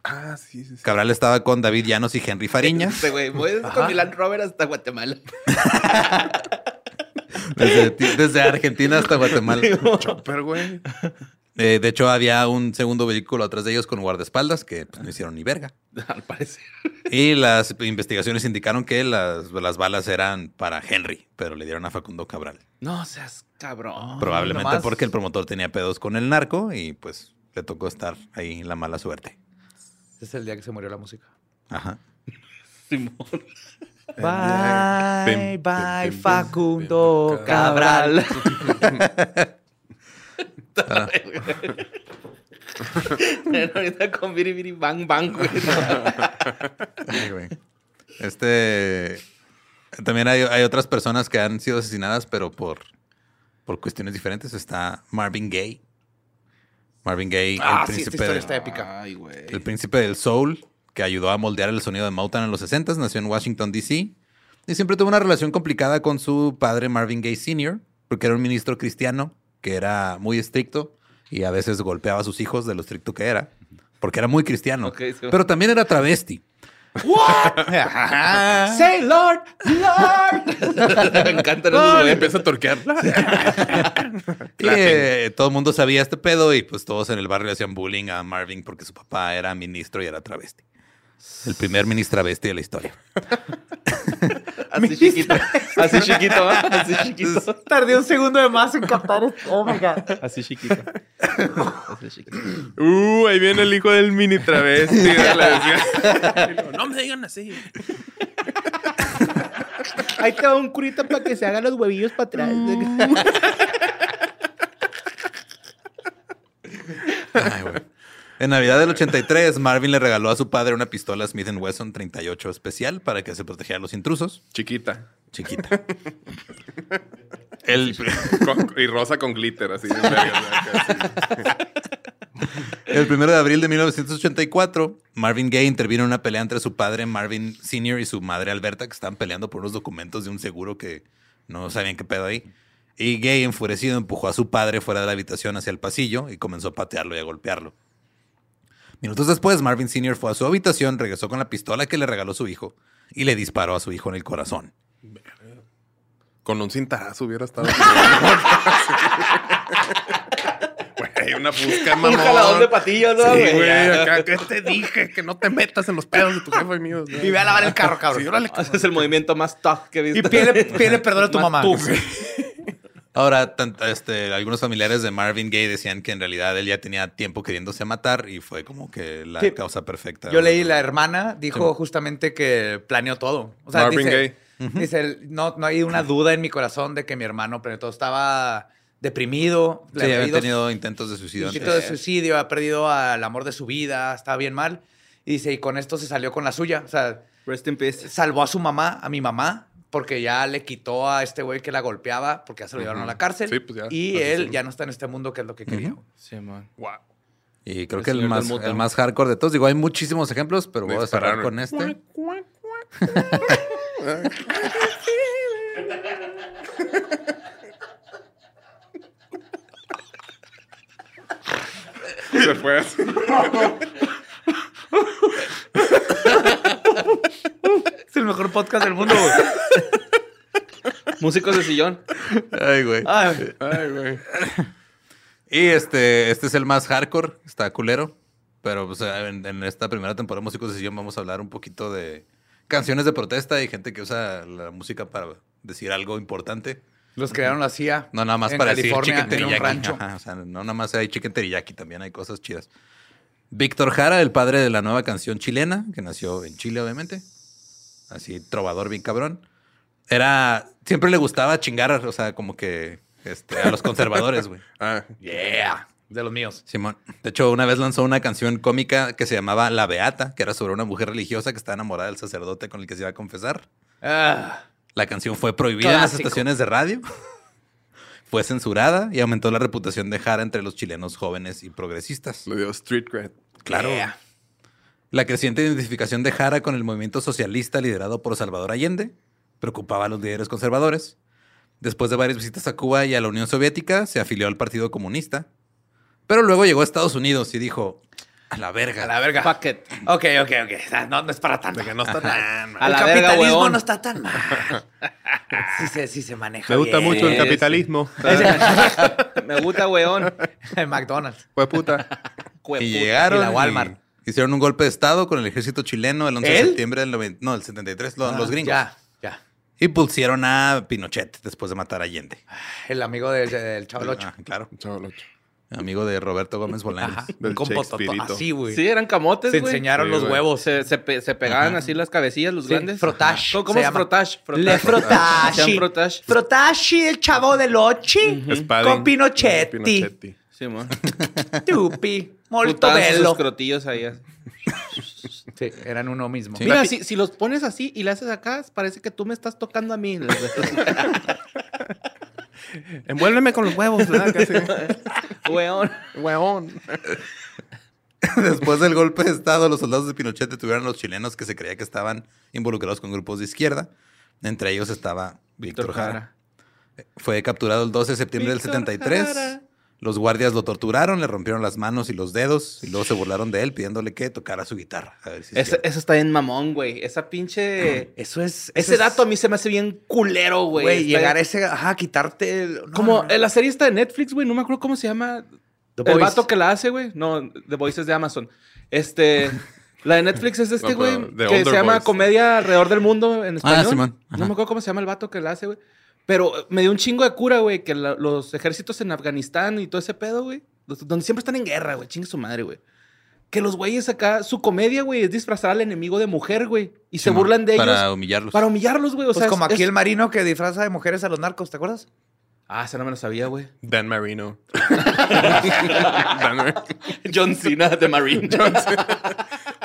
G: Ah, sí, sí, sí.
E: Cabral estaba con David Llanos y Henry Fariña.
D: Este, güey. Voy con Milan Robert hasta Guatemala.
E: Desde, desde Argentina hasta Guatemala.
G: Chopper, güey.
E: Eh, de hecho, había un segundo vehículo atrás de ellos con guardaespaldas que pues, no hicieron ni verga.
D: Al parecer.
E: Y las investigaciones indicaron que las, las balas eran para Henry, pero le dieron a Facundo Cabral.
D: No seas
E: Ah,
D: cabrón.
E: Probablemente
C: nomás.
E: porque el promotor tenía pedos con el narco y pues le tocó estar ahí en la mala suerte.
C: Ese es el día que se murió la música.
E: Ajá.
D: Simón.
C: Bye,
G: Pim, pim,
C: bye,
G: pim,
C: Facundo
G: pim,
C: Cabral.
D: Ah. Bueno, Ahorita con Biri Biri Bang Bang, güey.
E: Sí, güey. Este. También hay, hay otras personas que han sido asesinadas, pero por, por cuestiones diferentes. Está Marvin Gaye. Marvin Gaye,
C: Ah,
E: el,
C: sí, esta
E: príncipe
C: historia
E: del,
C: está épica.
D: Ay, güey.
E: el príncipe del soul, que ayudó a moldear el sonido de Motown en los 60 nació en Washington, D.C. Y siempre tuvo una relación complicada con su padre Marvin Gaye Sr., porque era un ministro cristiano que era muy estricto y a veces golpeaba a sus hijos de lo estricto que era, porque era muy cristiano.
D: Ok, sí.
E: Pero también era travesti.
C: Say, Lord, Lord.
D: Me encantan esos
G: Ah, le
D: güeyes.
G: empieza a torquear.
E: Y, eh, todo el mundo sabía este pedo y pues todos en el barrio le hacían bullying a Marvin porque su papá era ministro y era travesti. El primer ministro travesti de la historia.
D: Así chiquito. Así chiquito, ¿va? Así chiquito.
C: Tardé un segundo de más en captar esto. Oh my God.
D: Así chiquito. Así chiquito.
G: Uh, ahí viene el hijo del mini travesti. le decía. Y luego, no me digan así.
D: Ahí te va un curita para que se hagan los huevillos para atrás. Ah,
E: Ay, güey. En Navidad del 83, Marvin le regaló a su padre una pistola Smith Wesson 38 especial para que se protegiera a los intrusos.
G: Chiquita.
E: Chiquita. El,
G: Con- y rosa con glitter, así. bien verga, ¿no? Acá, así.
E: El 1 de abril de 1984, Marvin Gaye intervino en una pelea entre su padre Marvin Sr. y su madre Alberta, que estaban peleando por unos documentos de un seguro que no sabían qué pedo ahí. Y Gaye, enfurecido, empujó a su padre fuera de la habitación hacia el pasillo y comenzó a patearlo y a golpearlo. Minutos después, Marvin Sr. fue a su habitación, regresó con la pistola que le regaló su hijo y le disparó a su hijo en el corazón.
G: Con un cintarazo hubiera estado. Güey, una fusca, mamón.
D: Un jaladón de patillas, ¿no,
G: Sí,
D: güey?
G: güey,
D: Ya.
G: acá, ¿qué te dije? Que no te metas en los pedos de tu jefe y míos. ¿no?
C: Y ve a lavar el carro, cabrón.
G: Sí, órale,
D: Ese es el movimiento más tough que he
C: Y
D: visto.
C: pide pide perdón a tu
D: Más
C: mamá.
D: tú.
E: Ahora, tan- este, algunos familiares de Marvin Gaye decían que en realidad él ya tenía tiempo queriéndose matar y fue como que la
C: Sí.
E: causa perfecta.
C: Yo leí la hermana, dijo justamente que planeó todo. O sea,
G: Marvin
C: dice,
G: Gaye.
C: dice el- no, no hay una duda en mi corazón de que mi hermano planeó todo. Estaba deprimido,
E: Sí, habían
C: perdido
E: tenido intentos de suicidio
C: Intento
E: antes.
C: de suicidio, ha perdido al amor de su vida, estaba bien mal. Y dice, y con esto se salió con la suya. O sea,
D: Rest in peace.
C: salvó a su mamá, a mi mamá, porque ya le quitó a este güey que la golpeaba, porque ya se lo llevaron a la cárcel.
G: Sí, pues ya,
C: y
G: así
C: él
G: sí.
C: ya no está en este mundo, que es lo que quería.
E: Ujú.
D: Sí, man.
G: Wow.
E: Y creo
D: El
E: que el
D: señor
E: más,
D: del Motown.
E: el más hardcore de todos. Digo, hay muchísimos ejemplos, pero
G: Me
E: voy a cerrar
G: dispararon.
E: con este.
G: se fue así.
C: Es el mejor podcast del mundo, güey.
D: Músicos de sillón.
E: Ay, güey.
C: Ay,
G: Ay, güey.
E: Y este, este es el más hardcore, está culero. Pero pues, en, en esta primera temporada de Músicos de Sillón vamos a hablar un poquito de canciones de protesta y gente que usa la música para decir algo importante.
C: Los crearon la CIA.
E: No nada más
C: en
E: para
C: California,
E: decir
C: tenía
E: chicken
C: un
E: teriyaki.
C: rancho.
E: Ajá, o sea, no nada más hay chicken teriyaki, también hay cosas chidas. Víctor Jara, el padre de la nueva canción chilena, que nació en Chile, obviamente. Así, trovador bien cabrón. Era... Siempre le gustaba chingar, o sea, como que... este, a los conservadores, güey.
G: Ah,
C: Yeah. De los míos.
E: Simón. De hecho, una vez lanzó una canción cómica que se llamaba La Beata, que era sobre una mujer religiosa que estaba enamorada del sacerdote con el que se iba a confesar.
C: Ah,
E: La canción fue prohibida en las
C: Clásico.
E: estaciones de radio. fue censurada y aumentó la reputación de Jara entre los chilenos jóvenes y progresistas.
G: le dio street cred.
E: Claro.
C: yeah.
E: La creciente identificación de Jara con el movimiento socialista liderado por Salvador Allende preocupaba a los líderes conservadores. Después de varias visitas a Cuba y a la Unión Soviética, se afilió al Partido Comunista. Pero luego llegó a Estados Unidos y dijo, a la verga.
C: A la verga.
D: Fuck it.
C: Ok, ok, ok. O sea, No, no es para tanto.
G: De que no está tan mal.
D: A
C: el
D: la verga,
C: capitalismo
D: huevón.
C: no está tan mal. Sí se, sí se maneja.
G: Me gusta
C: bien.
G: mucho el
D: sí.
G: capitalismo.
D: Me gusta, weón.
C: El McDonald's.
G: Fue puta.
E: Y
D: Cueputa.
E: llegaron.
C: Y la Walmart.
E: y hicieron un golpe de Estado con el ejército chileno el 11 de
C: ¿Él? Ah,
E: septiembre del 90 no, el 73, lo-
D: Ah,
E: los gringos.
C: Ya, ya.
E: Y pulsieron a Pinochet después de matar a Allende.
D: Ah,
C: El amigo del, del Chavo del Ocho.
E: Ah, claro.
G: Chavo locho.
E: Amigo de Roberto Gómez Bolaños.
C: Ajá.
G: Del
C: Con pototo-
G: Shakespearito.
C: Así, güey.
D: Sí, eran camotes,
C: se
D: güey.
C: enseñaron
G: Sí,
C: los
G: güey.
C: huevos.
D: Se, se, pe- se pegaban así las cabecillas, los
C: Sí,
D: grandes.
C: frotage,
D: ¿Cómo,
C: se
D: cómo es
C: llama.
D: frotage?
C: Le
D: Hacían
C: frotashi.
D: frotage.
C: Frotashi, el chavo del ocho.
G: Spadin.
C: Con Pinochetti.
G: Pinochetti.
D: Sí, mo.
C: Tupi. Molto
D: Putaban sus
C: bello.
D: crotillos ahí. así.
C: Sí, eran uno mismo.
E: Sí.
D: Mira,
E: Rapi-
D: si, si los pones así y le haces acá, parece que tú me estás tocando a mí.
G: Envuélveme con los huevos, ¿verdad? Casi.
D: Weón.
G: Huevón.
E: Después del golpe de Estado, los soldados de Pinochet detuvieron a los chilenos que se creía que estaban involucrados con grupos de izquierda. Entre ellos estaba Víctor Jara. Fue capturado el 12 de septiembre
D: Víctor
E: del 73.
D: Jara.
E: Los guardias lo torturaron, le rompieron las manos y los dedos y luego se burlaron de él pidiéndole que tocara su guitarra. A ver si es
D: Eso,
E: cierto.
D: eso está bien mamón, güey. Esa pinche.
C: Eso es.
D: Ese
C: eso es-
D: dato a mí se me hace bien culero, güey.
C: Güey,
G: Pues,
D: Está-
C: llegar a ese. Ajá, quitarte. el- no,
D: Como
C: no, no.
D: eh, la serie está de Netflix, güey. No me acuerdo cómo se llama.
C: The
D: el
C: Boys.
D: vato que la hace, güey. No, The Voice es de Amazon. Este. La de Netflix es este,
G: No,
D: güey.
G: pero The
D: que se
G: Older
D: llama
G: Boys.
D: Comedia Alrededor del Mundo en español.
E: Ah, Simón. Ajá.
D: No me acuerdo cómo se llama el vato que la hace, güey. Pero eh, me dio un chingo de cura, güey, que la- los ejércitos en Afganistán y todo ese pedo, güey. los- Donde siempre están en guerra, güey. Chingue su madre, güey. Que los güeyes acá, su comedia, güey, es disfrazar al enemigo de mujer, güey. Y se
E: Simón,
D: burlan de ellos.
E: Para humillarlos.
D: Para humillarlos, güey. O
C: Pues
D: sea,
C: como
D: es-
C: aquí
D: es-
C: el marino que disfraza de mujeres a los narcos, ¿te acuerdas?
D: Ah, esa no me lo sabía, güey.
G: Dan Marino. Dan Marino.
D: John Cena de Marine.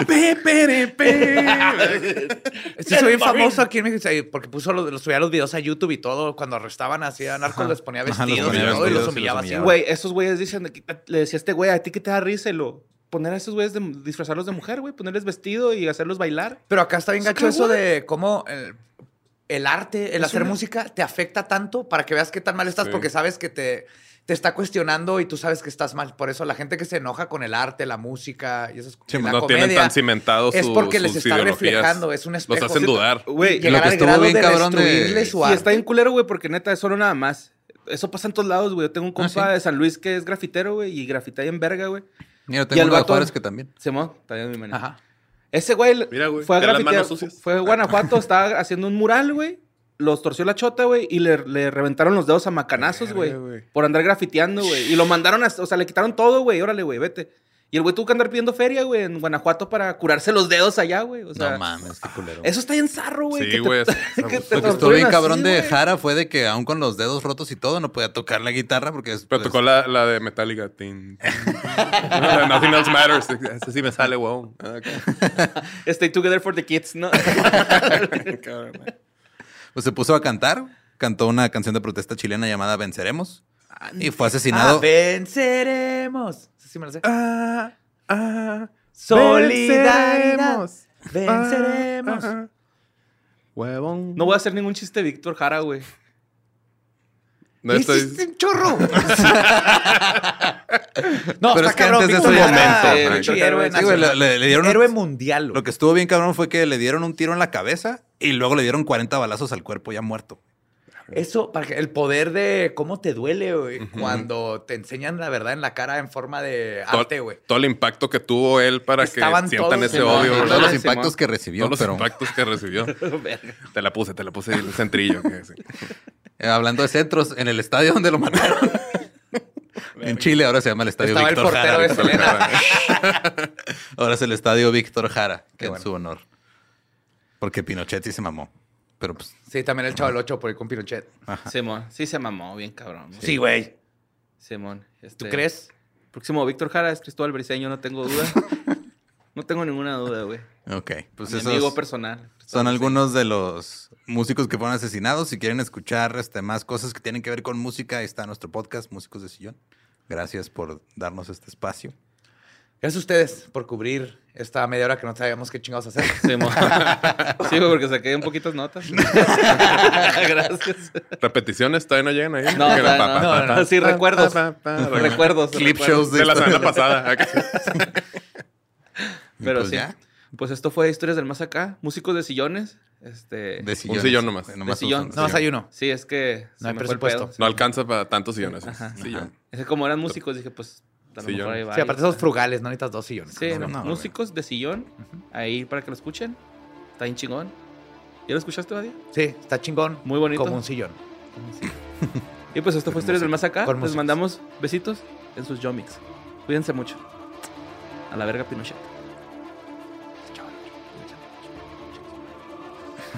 G: Pe, pere, pe.
C: Sí, soy bien famoso aquí en México sí, porque puso los, los- subía los videos a YouTube y todo. Cuando arrestaban así a narcos, les ponía
E: Ajá, los
C: vestidos
E: ponía
C: y todo y
E: vestidos
C: los
E: y los
C: humillaba así.
E: humillaba.
C: güey.
D: Güey, esos güeyes dicen, de que- le decía a este güey, a ti que te da risa y lo- poner a esos güeyes, de, disfrazarlos de mujer, güey, ponerles vestido y hacerlos bailar.
C: Pero acá está bien gacho
D: Qué
C: eso
D: guay.
C: de cómo el, el arte, el hacer música, te afecta tanto para que veas qué tan mal estás
G: Sí.
C: porque sabes que te, te está cuestionando y tú sabes que estás mal. Por eso la gente que se enoja con el arte, la música y esas
E: Sí,
C: y la
G: No tienen
C: comedia,
G: tan cimentados
C: es
G: sus
C: porque les está
G: ideologías.
C: reflejando, es un espejo.
G: Los hacen dudar.
D: Güey,
C: Llegar
E: Lo que
C: al
E: estuvo
C: grado
E: bien
C: de
E: cabrón de-
C: destruirle su
D: y
C: arte.
D: está bien culero, güey, porque neta, es solo nada más. Eso pasa en todos lados, güey. Yo
C: Ah,
D: tengo un compa
E: sí.
D: de San Luis que es grafitero, güey, y grafita en verga, güey.
E: Mira,
D: Y
E: tengo
D: al
E: uno de
D: vato-
E: Juárez que también.
D: Se mo, también mi manera.
C: Ajá.
D: Ese güey, le-
G: Mira, güey,
D: fue a
G: te las
D: grafitear.
G: manos sucias.
D: Fue a Guanajuato, estaba haciendo un mural, güey. Los torció la chota, güey, y le, le reventaron los dedos a macanazos, güey.
G: Verga, güey.
D: Por andar grafiteando, güey. Y lo mandaron, a, o sea, le quitaron todo, güey. Órale, güey, vete. Y el güey tuvo que andar pidiendo feria, güey, en Guanajuato para curarse los dedos allá, güey. O sea,
E: no mames, qué culero.
D: eso está en zarro, güey.
G: Sí,
D: que te-
G: güey. es-
D: que te
E: Lo que estuvo
D: torturen
E: bien
D: así,
E: cabrón de
D: güey.
E: Jara fue de que aún con los dedos rotos y todo no podía tocar la guitarra porque es-
G: Pero
E: pues,
G: tocó la, la de Metallica. Tin, tin. La de Nothing else matters. Ese sí me sale, wow.
D: Stay together for the kids, ¿no?
E: pues se puso a cantar. Cantó una canción de protesta chilena llamada Venceremos. Y fue asesinado.
C: Ah, venceremos. Sí, me lo sé.
G: Ah, ah,
C: Solidaridad.
G: venceremos.
C: Venceremos.
G: Ah, ah, ah. Huevón.
D: No voy a hacer ningún chiste de Víctor Jara, güey.
G: No estoy.
C: ¡Hiciste un chorro! No, está
E: Pero es que
C: cabrón,
E: antes de
C: Víctor
E: ese
C: Jara,
E: momento,
C: eh,
E: Frank.
C: pinche héroe
E: Sí, güey, le-
C: nacional.
E: le- le dieron-
C: Héroe mundial.
E: Lo que estuvo bien cabrón fue que le dieron un tiro en la cabeza y luego le dieron 40 balazos al cuerpo ya muerto.
C: Eso, para que- el poder de cómo te duele, güey, cuando te enseñan la verdad en la cara en forma de
G: Todo-
C: arte, güey.
G: Todo el impacto que tuvo él para
C: Estaban
G: que sientan
C: todos
G: ese
C: en la-
G: odio.
C: en
G: ¿verdad?
E: Ah, Todos los
C: Simón.
E: impactos que recibió,
G: Todos los
E: pero
G: impactos que recibió. te la puse, te la puse el centrillo. que sí.
E: eh, hablando de centros, en el estadio donde lo mataron. en Chile ahora se llama el estadio
C: Estaba el
E: Víctor
C: portero
E: Jara.
C: de
E: Víctor
C: Selena.
E: Jara. ahora es el estadio Víctor Jara, que
C: Qué
E: en
C: bueno.
E: su honor. Porque Pinochet sí se mamó. Pero pues,
C: Sí, también el chavo del 8 por ir con Pinochet.
D: Simón, sí se mamó, bien cabrón.
C: Sí, güey.
D: Simón.
C: ¿Tú
D: este,
C: crees?
D: Próximo Víctor Jara es Cristóbal Briseño, no tengo duda. no tengo ninguna duda, güey.
E: ok. Pues
D: Mi
E: esos
D: amigo personal.
E: son algunos de los músicos que fueron asesinados. Si quieren escuchar este, más cosas que tienen que ver con música, ahí está nuestro podcast, Músicos de Sillón. Gracias por darnos este espacio.
C: Gracias a ustedes por cubrir esta media hora que no sabíamos qué chingados hacer.
D: Simón. sí, güey, porque saqué un poquitas notas. Gracias.
G: Repeticiones todavía no llegan ahí.
D: No,
G: Que
D: todavía
G: la pa,
D: no,
G: pa,
D: no,
G: pa,
D: no, sí,
G: pa,
D: recuerdos.
G: pa, pa, pa,
D: recuerdos.
E: Clip
D: recuerdos.
E: shows
G: De la
E: historia.
G: semana pasada.
E: Y
D: Pero
E: pues
D: sí.
E: ya,
D: Pues esto fue Historias del Más Acá. Músicos de sillones. Este.
E: de sillones.
G: sillón nomás.
D: De sillón.
E: usan
C: No más hay uno.
D: Sí, es que. se
C: No hay
D: me fue el
C: presupuesto.
D: pedo.
G: No alcanza para tantos sillones.
D: Ajá.
G: Sillón.
D: Es que como eran músicos, dije, pues. A lo
G: Sillones.
D: mejor hay
C: Sí, aparte
D: varios.
C: son frugales, no necesitas dos sillones.
D: Sí,
E: No, no,
D: músicos de sillón. Ahí para que lo escuchen. Está bien chingón. ¿Ya lo escuchaste, Badia?
C: Sí, está chingón.
D: Muy bonito.
C: Como un sillón.
D: Y pues esto fue Historias del Más Acá.
C: Con
D: Les
C: músicos.
D: mandamos besitos en sus Yomix. Cuídense mucho. A la verga, Pinochet.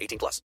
H: 18 plus.